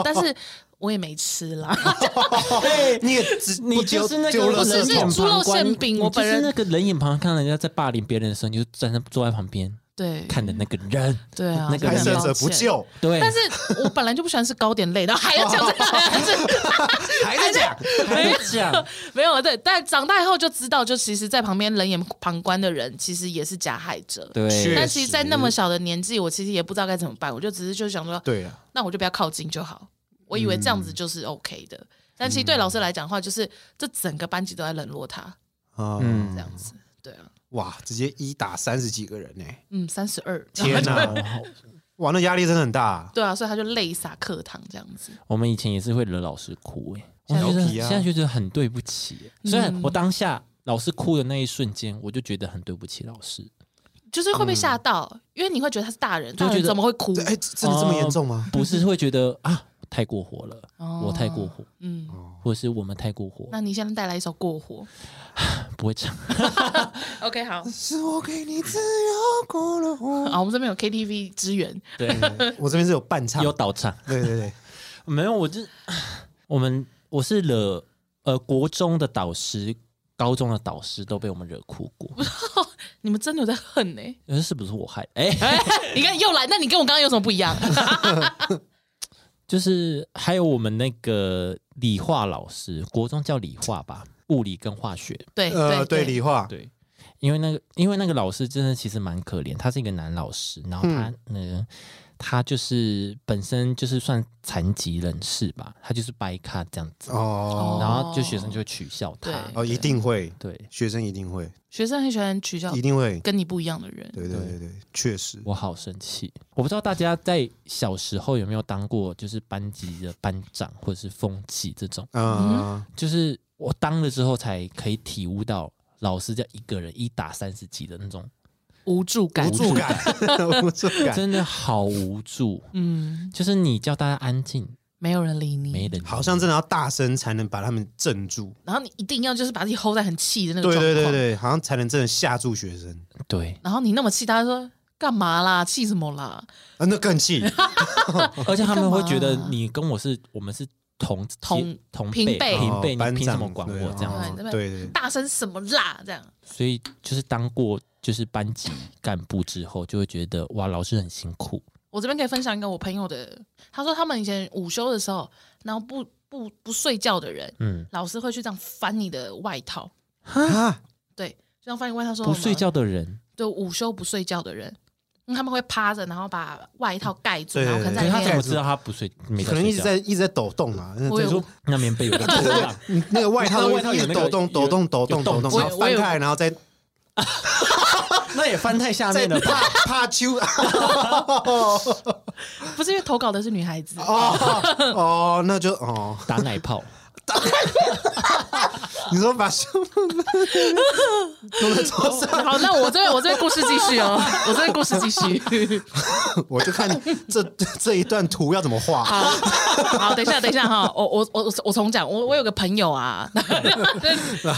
[SPEAKER 3] 但是我也没吃啦。
[SPEAKER 1] 哎你也只
[SPEAKER 2] 你
[SPEAKER 1] 不
[SPEAKER 2] 就
[SPEAKER 1] 丢
[SPEAKER 2] 是那
[SPEAKER 1] 丢
[SPEAKER 2] 个
[SPEAKER 1] 了
[SPEAKER 3] 不是
[SPEAKER 2] 人
[SPEAKER 1] 圾
[SPEAKER 3] 是
[SPEAKER 2] 眼
[SPEAKER 1] 桶
[SPEAKER 3] 猪肉
[SPEAKER 2] 旁观
[SPEAKER 3] 馅饼
[SPEAKER 2] 你
[SPEAKER 3] 我本
[SPEAKER 2] 就是
[SPEAKER 3] 人
[SPEAKER 2] 那个冷眼旁看人家在霸凌别人的时候，你就站在坐在旁边
[SPEAKER 3] 对，
[SPEAKER 2] 看的那个人。
[SPEAKER 3] 对啊，
[SPEAKER 2] 那个
[SPEAKER 1] 拍
[SPEAKER 2] 人
[SPEAKER 1] 摄者
[SPEAKER 3] 抱
[SPEAKER 1] 不
[SPEAKER 3] 歉
[SPEAKER 1] 救，
[SPEAKER 2] 对，
[SPEAKER 3] 但是我本来就不喜欢吃糕点类的，还要讲这个， 还是
[SPEAKER 1] 还在讲，
[SPEAKER 2] 还在 讲，
[SPEAKER 3] 没有对。但长大以后就知道，就其实，在旁边冷眼旁观的人，其实也是加害者。
[SPEAKER 1] 确
[SPEAKER 2] 对，
[SPEAKER 3] 但其实，在那么小的年纪，我其实也不知道该怎么办，我就只是就想说，
[SPEAKER 1] 对嗯啊，
[SPEAKER 3] 那我就不要靠近就好。我以为这样子就是 OK 的，但其实对老师来讲的话，就是这整个班级都在冷落他
[SPEAKER 1] 嗯，
[SPEAKER 3] 这
[SPEAKER 2] 嗯，
[SPEAKER 3] 样子。对啊，
[SPEAKER 1] 哇，直接一打三十几个人 呢，
[SPEAKER 3] 嗯，三十二，
[SPEAKER 1] 天哪，哇，那压力真的很大，
[SPEAKER 3] 对啊，所以他就泪洒课堂这样子。
[SPEAKER 2] 我们以前也是会惹老师哭哎、
[SPEAKER 1] 现在
[SPEAKER 2] 我觉得
[SPEAKER 1] 调皮啊
[SPEAKER 3] 嗯
[SPEAKER 2] 现在就觉得很对不起欸、虽然我当下老师哭的那一瞬间，我就觉得很对不起老师。
[SPEAKER 3] 就是
[SPEAKER 1] 嗯
[SPEAKER 3] 会被吓到，因为你会觉得他是大人，
[SPEAKER 2] 就
[SPEAKER 3] 大
[SPEAKER 2] 觉得
[SPEAKER 3] 人怎么会哭？
[SPEAKER 1] 对哎，真的这么严重吗？
[SPEAKER 2] 不是会觉得啊，太过火了，
[SPEAKER 3] 哦
[SPEAKER 2] 我太过火，
[SPEAKER 3] 嗯，
[SPEAKER 2] 或者是我们太过火，
[SPEAKER 3] 那你现在带来一首《过火
[SPEAKER 2] 不会唱。》
[SPEAKER 3] ，OK，好，
[SPEAKER 1] 是我给你自由过了火。
[SPEAKER 3] 啊，我们这边有 KTV 支援，
[SPEAKER 2] 对，
[SPEAKER 1] 我这边是有哎伴唱，
[SPEAKER 2] 有倒唱，
[SPEAKER 1] 对 对对，
[SPEAKER 2] 没有，我就 我们我是惹呃国中的导师、高中的导师都被我们惹哭过，
[SPEAKER 3] 你们真的有在恨呢、
[SPEAKER 2] 可是是不是我害的？哎、
[SPEAKER 3] 哎，你看又来，那你跟我刚刚有什么不一 样？
[SPEAKER 2] 就是还有我们那个理化老师，国中叫理化吧，物理跟化学，
[SPEAKER 3] 对
[SPEAKER 1] 呃，
[SPEAKER 3] 对
[SPEAKER 1] 对，理化，
[SPEAKER 2] 对。因为那个，因为那个老师真的其实蛮可怜，他是一个男老师，然后他呃，他就是本身就是算残疾人士吧，他就是掰咖这样子，
[SPEAKER 1] 哦
[SPEAKER 2] 然后就学生就会取笑他，
[SPEAKER 3] 对
[SPEAKER 1] 哦，一定会，
[SPEAKER 2] 对
[SPEAKER 1] 学生一定会，
[SPEAKER 3] 学生很喜欢取笑
[SPEAKER 1] 一定会，
[SPEAKER 3] 跟你不一样的人，
[SPEAKER 1] 哦对对对对，确实，
[SPEAKER 2] 我好生气！我不知道大家在小时候有没有当过，就是班级的班长或者是风纪这种，
[SPEAKER 1] 嗯，
[SPEAKER 2] 就是我当了之后才可以体悟到老师叫一个人一打三十几的那种，
[SPEAKER 3] 无助感，
[SPEAKER 1] 无助，感， 无助感，
[SPEAKER 2] 真的好无助。
[SPEAKER 3] 嗯，
[SPEAKER 2] 就是你叫大家安静，
[SPEAKER 3] 没有人理你，
[SPEAKER 2] 没人理
[SPEAKER 1] 好像真的要大声才能把他们镇住，
[SPEAKER 3] 然后你一定要就是把自己 hold 在很气的那个
[SPEAKER 1] 对
[SPEAKER 3] 状况，，
[SPEAKER 1] 对对对，好像才能真的吓住学生
[SPEAKER 2] 对
[SPEAKER 3] 然后你那么气，他说干嘛啦？气什么啦？
[SPEAKER 1] 啊，那更气，
[SPEAKER 2] 而且他们会觉得
[SPEAKER 3] 你干嘛
[SPEAKER 2] 你跟我是我们是同
[SPEAKER 3] 同
[SPEAKER 2] 同
[SPEAKER 3] 平
[SPEAKER 2] 辈
[SPEAKER 3] 辈
[SPEAKER 2] 平辈，
[SPEAKER 1] 哦班
[SPEAKER 2] 你凭什
[SPEAKER 1] 长
[SPEAKER 2] 么管
[SPEAKER 1] 对
[SPEAKER 2] 我这样
[SPEAKER 1] 哦
[SPEAKER 2] 子？
[SPEAKER 3] 子
[SPEAKER 1] 对对，
[SPEAKER 3] 大声什么啦？这样，
[SPEAKER 2] 所以就是当过就是班级干部之后，就会觉得哇，老师很辛苦。
[SPEAKER 3] 我这边可以分享一个我朋友的，他说他们以前午休的时候，然后不不不睡觉的人，
[SPEAKER 2] 嗯，
[SPEAKER 3] 老师会去这样翻你的外套，
[SPEAKER 1] 啊，
[SPEAKER 3] 对，就这样翻你外套说
[SPEAKER 2] 不睡，觉的人，
[SPEAKER 3] 就午休不睡觉的人。因为他们会趴着，然后把外套盖住，
[SPEAKER 1] 对
[SPEAKER 3] 然后可能
[SPEAKER 1] 对
[SPEAKER 3] 在
[SPEAKER 2] 可是
[SPEAKER 3] 那
[SPEAKER 2] 他怎
[SPEAKER 3] 边
[SPEAKER 2] 么知道他不睡？没
[SPEAKER 1] 可能一直
[SPEAKER 2] 睡觉
[SPEAKER 1] 在一直在抖动啊，那
[SPEAKER 2] 所
[SPEAKER 3] 我
[SPEAKER 2] 以
[SPEAKER 3] 有
[SPEAKER 2] 说那棉被有个波浪，
[SPEAKER 1] 你那个外套
[SPEAKER 2] 我看到外套
[SPEAKER 1] 一
[SPEAKER 2] 有
[SPEAKER 1] 直
[SPEAKER 2] 那个
[SPEAKER 1] 抖动
[SPEAKER 2] 有
[SPEAKER 1] 抖动抖
[SPEAKER 2] 有
[SPEAKER 1] 动
[SPEAKER 2] 动
[SPEAKER 1] 抖
[SPEAKER 2] 静
[SPEAKER 1] 动，然后
[SPEAKER 3] 我
[SPEAKER 1] 翻
[SPEAKER 3] 有
[SPEAKER 1] 开来，然后再
[SPEAKER 2] 那也翻太下
[SPEAKER 1] 再
[SPEAKER 2] 面了吧？
[SPEAKER 1] 怕 怕秋
[SPEAKER 3] 不是因为投稿的是女孩子，
[SPEAKER 1] 哦 哦，那就哦，
[SPEAKER 2] 打奶 泡，
[SPEAKER 1] 你说把胸弄在桌上，
[SPEAKER 3] 好，那我这边我这边故事继续 哦，我这边故事继续。
[SPEAKER 1] 我就看这这一段图要怎么画。
[SPEAKER 3] 好，好，等一下，等一下哈，我我我我重讲，我我有个朋 友啊，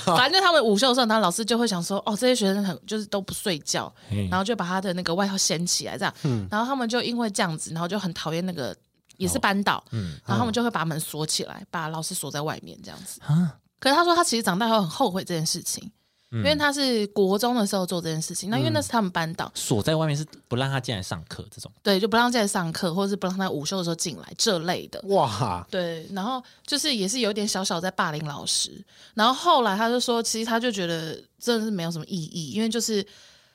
[SPEAKER 3] 反正他们午休的时候，然后老师就会想说，哦，这些学生很就是都不睡觉，
[SPEAKER 2] 嗯
[SPEAKER 3] 然后就把他的那个外套掀起来这样，然后他们就因为这样子，然后就很讨厌那个也是班导，
[SPEAKER 2] 嗯
[SPEAKER 3] 然后他们就会把门锁起来，把老师锁在外面这样子。
[SPEAKER 2] 啊嗯
[SPEAKER 3] 可是他说他其实长大后很后悔这件事情，因为他是国中的时候做这件事情，那因为那是他们班导，
[SPEAKER 2] 锁在外面是不让他进来上课这种。
[SPEAKER 3] 对，就不让在上课，或者是不让他午休的时候进来这类的。
[SPEAKER 1] 哇，
[SPEAKER 3] 对，然后就是也是有点小小在霸凌老师，然后后来他就说，其实他就觉得真的是没有什么意义，因为就是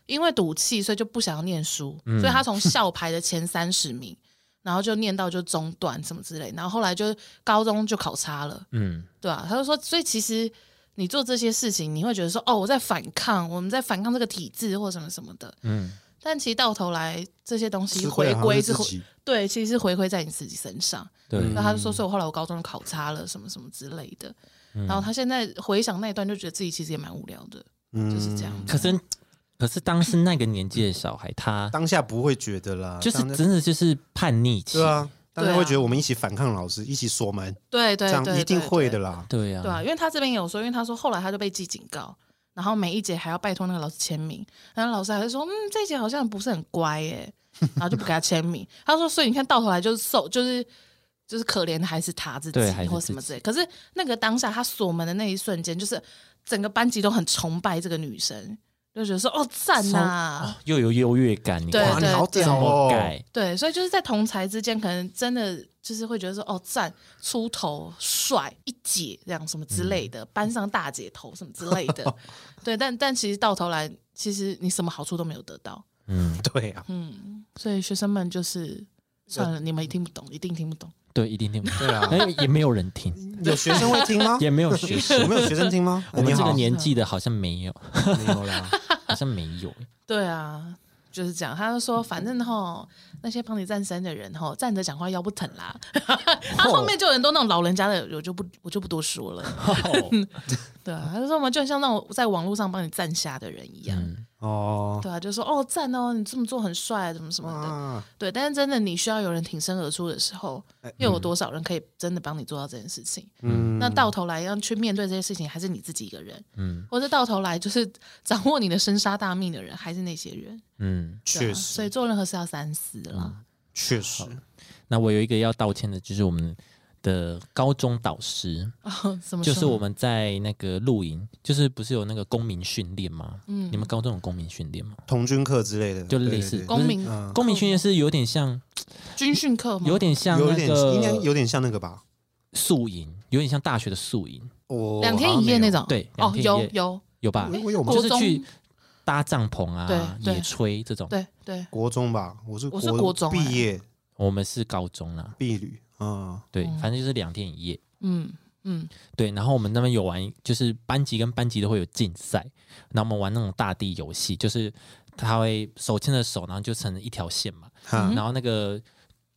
[SPEAKER 3] 因为赌气，所以就不想要念书，
[SPEAKER 1] 嗯
[SPEAKER 3] 所以 他从校排的前三十名，然后就念到就中断什么之类，然后后来就高中就考差了，
[SPEAKER 2] 嗯，
[SPEAKER 3] 对啊，他就说，所以其实你做这些事情，你会觉得说，哦，我在反抗，我们在反抗这个体制或什么什么的，
[SPEAKER 2] 嗯
[SPEAKER 3] 嗯，但其实到头来这些东西
[SPEAKER 1] 吃亏
[SPEAKER 3] 回
[SPEAKER 1] 好像
[SPEAKER 3] 归
[SPEAKER 1] 是
[SPEAKER 3] 是
[SPEAKER 1] 啊自
[SPEAKER 3] 回
[SPEAKER 1] 己，
[SPEAKER 3] 对，其实是回馈在你自己身上。
[SPEAKER 2] 对，
[SPEAKER 3] 然后他就
[SPEAKER 1] 嗯
[SPEAKER 3] 说，所以我后来我高中考差了，什么什么之类的。
[SPEAKER 2] 嗯
[SPEAKER 3] 然后他现在回想那一段，就觉得自己其实也蛮无聊的，
[SPEAKER 1] 嗯
[SPEAKER 3] 就是这。样。
[SPEAKER 2] 可是可是当时那个年纪的小孩，他
[SPEAKER 1] 当下不会觉得啦，
[SPEAKER 2] 就是
[SPEAKER 1] 当下
[SPEAKER 2] 真的就是叛逆期
[SPEAKER 1] 对，啊，当
[SPEAKER 3] 对
[SPEAKER 1] 然
[SPEAKER 3] 啊
[SPEAKER 1] 会觉得我们一起反抗老师，一起锁门，
[SPEAKER 3] 对
[SPEAKER 1] 这
[SPEAKER 3] 对
[SPEAKER 1] 样
[SPEAKER 3] 对，
[SPEAKER 1] 一定
[SPEAKER 3] 对
[SPEAKER 1] 会的。啦。
[SPEAKER 2] 对
[SPEAKER 3] 对对啊，
[SPEAKER 2] 啊，
[SPEAKER 3] 因为他这边有说，因为他说后来他就被记警告，然后每一节还要拜托那个老师签名，然后老师还是说，嗯，这一节好像不是很乖耶，然后就不给他签名。他说，所以你看到头来就是受，就是就是可怜的还是他自己
[SPEAKER 2] 对还是
[SPEAKER 3] 或什么之类。可是那个当下他锁门的那一瞬间，就是整个班级都很崇拜这个女生，就觉得说，哦，赞呐、
[SPEAKER 2] 啊又有优越感，你
[SPEAKER 3] 对
[SPEAKER 2] 看
[SPEAKER 1] 哇，你好
[SPEAKER 3] 对
[SPEAKER 1] 屌
[SPEAKER 2] 我
[SPEAKER 1] 哦！
[SPEAKER 2] 改，
[SPEAKER 3] 对，所以就是在同才之间，可能真的就是会觉得说，哦，赞、出头、帅、一姐这样什么之类的，班上大姐头什么之类的。对，但但其实到头来，其实你什么好处都没有得到。
[SPEAKER 2] 嗯，
[SPEAKER 1] 对啊，
[SPEAKER 3] 所以学生们就是算了，你们也听不懂，一定听不懂。
[SPEAKER 2] 对，一定听不懂，
[SPEAKER 1] 对啊，
[SPEAKER 2] 哎，也没有人听，
[SPEAKER 1] 有学生会听吗？
[SPEAKER 2] 也没有学
[SPEAKER 1] 我
[SPEAKER 2] 生，
[SPEAKER 1] 们有学生听吗？哎
[SPEAKER 2] 我们
[SPEAKER 1] 你
[SPEAKER 2] 这
[SPEAKER 1] 好
[SPEAKER 2] 个年纪的好像没有，
[SPEAKER 1] 没有啦。
[SPEAKER 2] 好像没有，
[SPEAKER 3] 对啊，就是这样，他就说，反正吼那些帮你站身的人吼站着讲话腰不疼啦。 他后面就有很多那种老人家的，我就不我就不多说了。 对啊，他就说我们就很像那种在网络上帮你站下的人一样。
[SPEAKER 1] 哦，
[SPEAKER 3] 对啊，就说哦赞哦，你这么做很帅，怎么什么的。
[SPEAKER 1] 啊，
[SPEAKER 3] 对，但是真的你需要有人挺身而出的时候，又有多少人可以真的帮你做到这件事情？
[SPEAKER 1] 嗯，
[SPEAKER 3] 那到头来要去面对这些事情，还是你自己一个人，
[SPEAKER 2] 嗯
[SPEAKER 3] 或者到头来就是掌握你的生杀大命的人，还是那些人。
[SPEAKER 2] 嗯，
[SPEAKER 3] 对啊
[SPEAKER 1] 确
[SPEAKER 3] 所
[SPEAKER 1] 实，
[SPEAKER 3] 以做任何事要三思啦。
[SPEAKER 1] 确实，
[SPEAKER 2] 那我有一个要道歉的，就是我们的高中导师，
[SPEAKER 3] 哦，怎么
[SPEAKER 2] 嗯就是
[SPEAKER 3] 说
[SPEAKER 2] 我们在那个露营，就是不是有那个公民训练吗？嗯，你们高中有公民训练吗？
[SPEAKER 1] 童军课之类的，
[SPEAKER 2] 就类
[SPEAKER 1] 对
[SPEAKER 2] 似
[SPEAKER 1] 对对
[SPEAKER 3] 公民
[SPEAKER 1] 嗯，
[SPEAKER 2] 公民训练是有点
[SPEAKER 3] 哦
[SPEAKER 2] 像，
[SPEAKER 3] 军训课吗？
[SPEAKER 2] 呃有点像
[SPEAKER 1] 有
[SPEAKER 2] 那
[SPEAKER 1] 点应该
[SPEAKER 2] 个
[SPEAKER 1] 有点像那个吧，
[SPEAKER 2] 宿营，有点像大学的宿营，
[SPEAKER 1] 我
[SPEAKER 3] 两天一夜那
[SPEAKER 1] 种，
[SPEAKER 3] 种。
[SPEAKER 2] 对两
[SPEAKER 3] 哦，
[SPEAKER 2] 天一
[SPEAKER 3] 有
[SPEAKER 2] 夜
[SPEAKER 3] 有，
[SPEAKER 2] 有吧
[SPEAKER 1] 我？我有吗
[SPEAKER 2] 就
[SPEAKER 3] 国
[SPEAKER 2] 是
[SPEAKER 3] 嗯中
[SPEAKER 2] 去搭帐篷啊，
[SPEAKER 3] 对对
[SPEAKER 2] 野炊这种。
[SPEAKER 3] 对对，
[SPEAKER 1] 国中吧，我是
[SPEAKER 3] 我是国中哎
[SPEAKER 1] 毕业
[SPEAKER 2] 我们是高中啦，
[SPEAKER 1] 毕旅，嗯，
[SPEAKER 2] 对，
[SPEAKER 3] 哦
[SPEAKER 2] 反正就是两天一夜。
[SPEAKER 3] 嗯嗯，
[SPEAKER 2] 对，然后我们那边有玩，就是班级跟班级都会有竞赛，那我们玩那种大地游戏，就是他会手牵着手，然后就成一条线嘛，
[SPEAKER 1] 哈，
[SPEAKER 2] 然后那个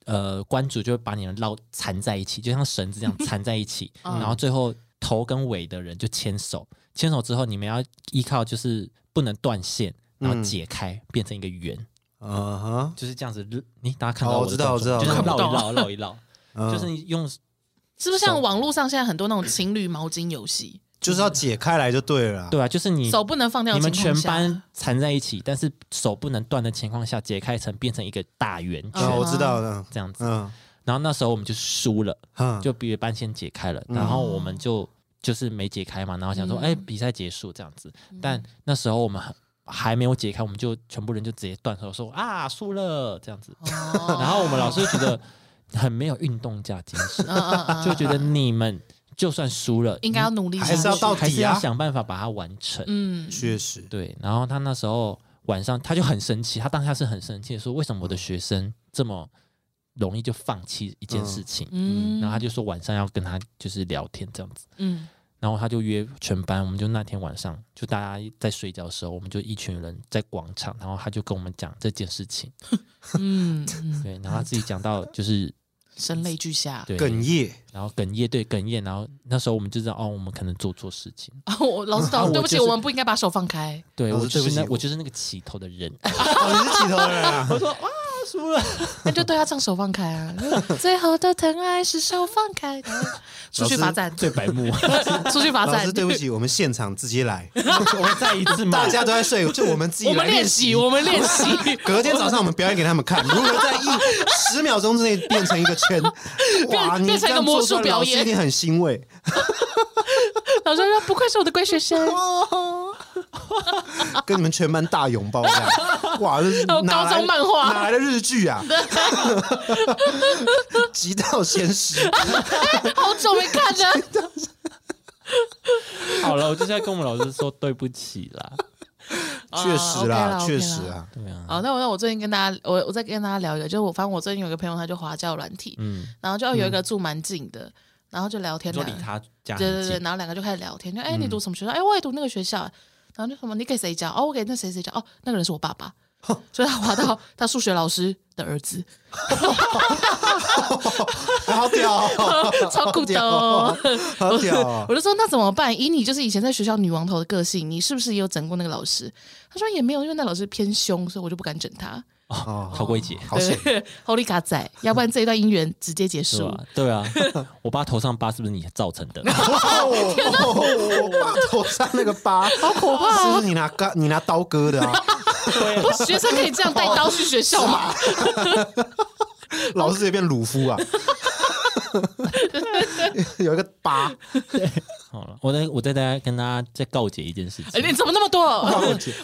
[SPEAKER 2] 呃关主就会把你们绕缠在一起，就像绳 子这样缠在一起，
[SPEAKER 1] 嗯
[SPEAKER 2] 然后最后头跟尾的人就牵手，牵手之后你们要依靠就是不能断线，然后
[SPEAKER 1] 嗯
[SPEAKER 2] 解开、变成一个圆，
[SPEAKER 1] 嗯哼，
[SPEAKER 2] 就是这样子。你大家看到
[SPEAKER 1] 哦
[SPEAKER 2] 我
[SPEAKER 1] 我
[SPEAKER 2] 的
[SPEAKER 1] 知道我
[SPEAKER 2] 动作
[SPEAKER 1] 知道
[SPEAKER 2] 就是
[SPEAKER 3] 看不
[SPEAKER 2] 绕一
[SPEAKER 3] 到
[SPEAKER 2] 绕绕一绕，
[SPEAKER 1] 嗯
[SPEAKER 2] 就是你用
[SPEAKER 3] 是不是像网络上现在很多那种情侣毛巾游戏，
[SPEAKER 1] 就是要解开来就对了啦，
[SPEAKER 2] 对啊，就是你
[SPEAKER 3] 手不能放掉
[SPEAKER 2] 你
[SPEAKER 3] 的
[SPEAKER 2] 们
[SPEAKER 3] 情况
[SPEAKER 2] 全
[SPEAKER 3] 下？
[SPEAKER 2] 班缠在一起，但是手不能断的情况下，解开成变成一个大圆
[SPEAKER 3] 嗯
[SPEAKER 2] 圈、
[SPEAKER 1] 啊，我知道了，
[SPEAKER 2] 这样子。
[SPEAKER 1] 嗯，
[SPEAKER 2] 然后那时候我们就输了，
[SPEAKER 1] 哈，
[SPEAKER 2] 就别班先解开了，然后我们就就是没解开嘛，然后想
[SPEAKER 3] 嗯
[SPEAKER 2] 说，哎、比赛结束这样子。但那时候我们还还没有解开，我们就全部人就直接断手说啊，输了这样子。
[SPEAKER 3] 哦
[SPEAKER 2] 然后我们老师就觉得很没有运动家精 神，
[SPEAKER 3] 嗯嗯嗯
[SPEAKER 2] 就觉得你们就算输了，
[SPEAKER 3] 应该要努力下去，
[SPEAKER 1] 还是要到
[SPEAKER 2] 还是
[SPEAKER 1] 底
[SPEAKER 2] 要
[SPEAKER 1] 啊
[SPEAKER 2] 想办法把它完成。
[SPEAKER 3] 嗯
[SPEAKER 1] 确实，
[SPEAKER 2] 对，然后他那时候晚上他就很生气，他当下是很生气，说为什么我的学生这么容易就放弃一件事情？
[SPEAKER 3] 嗯，
[SPEAKER 2] 然后他就说晚上要跟他就是聊天这样子，
[SPEAKER 3] 嗯
[SPEAKER 2] 然后他就约全班，我们就那天晚上就大家在睡觉的时候，我们就一群人在广场，然后他就跟我们讲这件事情，
[SPEAKER 3] 嗯嗯，
[SPEAKER 2] 对，然后他自己讲到就是
[SPEAKER 3] 声泪俱下。
[SPEAKER 2] 对
[SPEAKER 1] 哽咽，
[SPEAKER 2] 然后哽咽，对哽咽，然后那时候我们就知道哦，我们可能做错事情，
[SPEAKER 3] 啊， 我老师导，对不起，
[SPEAKER 2] 就是
[SPEAKER 3] 我们不应该把手放 开。
[SPEAKER 2] 对
[SPEAKER 1] 老
[SPEAKER 2] 我
[SPEAKER 1] 师
[SPEAKER 2] 就
[SPEAKER 1] 对不
[SPEAKER 2] 是哦那
[SPEAKER 1] 起
[SPEAKER 2] 我就是那个起头的人，
[SPEAKER 1] 哦，你是起头人啊，
[SPEAKER 2] 我说啊输了。
[SPEAKER 3] 那就哎对他唱手放开啊！最后的疼爱是手放 开的，出去罚站，
[SPEAKER 2] 最白目，
[SPEAKER 3] 出去罚
[SPEAKER 1] 老
[SPEAKER 3] 站。
[SPEAKER 1] 师对不，起，我们现场直接来，
[SPEAKER 2] 我们再一次嘛
[SPEAKER 1] 大，家都在睡，就我们自己
[SPEAKER 3] 我
[SPEAKER 1] 来
[SPEAKER 3] 们练习，
[SPEAKER 1] 习。
[SPEAKER 3] 我们练 习，
[SPEAKER 1] 隔天早上我们表演给他们看，如何在一十秒钟之内变成一个圈，哇！
[SPEAKER 3] 变
[SPEAKER 1] 你
[SPEAKER 3] 变
[SPEAKER 1] 这
[SPEAKER 3] 成一个
[SPEAKER 1] 样
[SPEAKER 3] 魔
[SPEAKER 1] 做出来
[SPEAKER 3] 术表
[SPEAKER 1] 老师
[SPEAKER 3] 演
[SPEAKER 1] 一定很欣慰。
[SPEAKER 3] 老师说不愧是我的乖学生，
[SPEAKER 1] 跟你们全班大拥抱这 样，哇！这是
[SPEAKER 3] 还有
[SPEAKER 1] 哪
[SPEAKER 3] 高
[SPEAKER 1] 来
[SPEAKER 3] 中漫画
[SPEAKER 1] 哪来的日剧啊？极道鲜师，
[SPEAKER 3] 好久没看了。
[SPEAKER 2] 好了，我就是要跟我们老师说对不起 啦。
[SPEAKER 1] 确实
[SPEAKER 3] OK 啦
[SPEAKER 1] 啦，
[SPEAKER 3] ，OK
[SPEAKER 1] 确实啊，
[SPEAKER 2] 对啊，
[SPEAKER 3] 好，那我那我最近跟大家，我我再跟大家聊一个，就是我发现我最近有一个朋友，他就滑教软体，
[SPEAKER 2] 嗯，
[SPEAKER 3] 然后就有一个住蛮近的，然后就聊天
[SPEAKER 2] 就
[SPEAKER 3] 聊
[SPEAKER 2] 离他家
[SPEAKER 3] 对
[SPEAKER 2] 很
[SPEAKER 3] 对对，
[SPEAKER 2] 近，
[SPEAKER 3] 然后两个就开始聊天，就哎、
[SPEAKER 1] 嗯
[SPEAKER 3] 你读什么学校？哎、我也读那个学校，然后就什么你给谁教？哦，我给那谁谁教？哦，那个人是我爸 爸，所以他滑到他数学老师的儿子，
[SPEAKER 1] 好屌哦，
[SPEAKER 3] 超酷的、哦。
[SPEAKER 1] 好屌
[SPEAKER 2] 啊
[SPEAKER 1] 哦！
[SPEAKER 3] 我就说那怎么办？以你就是以前在学校女王头的个性，你是不是也有整过那个老师？他说也没有，因为那老师偏凶，所以我就不敢整他。
[SPEAKER 1] 哦，
[SPEAKER 2] 好归姐
[SPEAKER 1] 好险，
[SPEAKER 3] Holy 嘎仔，要不然这一段姻缘直接结
[SPEAKER 2] 是
[SPEAKER 3] 束。
[SPEAKER 2] 吧？对啊， 我爸头上疤是不是你造成的？
[SPEAKER 1] 哦，我爸头上那个疤，好可怕！
[SPEAKER 3] 哦
[SPEAKER 1] 是不是你拿割，你拿刀割的啊？
[SPEAKER 3] 学生可以这样带刀去学校吗？
[SPEAKER 1] 老师也变鲁夫啊， 有一个疤，
[SPEAKER 2] 好了，我再我再大家跟大家再告诫一件事
[SPEAKER 3] 哎、
[SPEAKER 2] 情，
[SPEAKER 3] 你怎么那么多？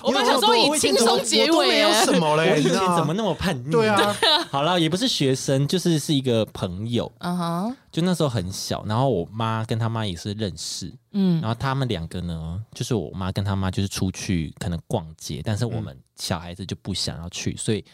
[SPEAKER 3] 我们想说
[SPEAKER 1] 因为我
[SPEAKER 3] 以轻松结
[SPEAKER 1] 我都没
[SPEAKER 3] 尾啊
[SPEAKER 1] 有
[SPEAKER 3] 耶，
[SPEAKER 1] 什么啊
[SPEAKER 2] 我
[SPEAKER 1] 嘞，
[SPEAKER 2] 以
[SPEAKER 1] 哎你
[SPEAKER 2] 前
[SPEAKER 1] 知道
[SPEAKER 2] 怎么
[SPEAKER 1] 吗？
[SPEAKER 2] 那么叛逆？
[SPEAKER 1] 对啊，
[SPEAKER 2] 好了，也不是学生，就是是一个朋友，
[SPEAKER 3] 嗯哼，
[SPEAKER 2] 就那时候很小，然后我妈跟他妈也是认识，
[SPEAKER 3] 嗯
[SPEAKER 2] 然后他们两个呢，就是我妈跟他妈就是出去可能逛街，但是
[SPEAKER 3] 嗯
[SPEAKER 2] 我们小孩子就不想要去，所以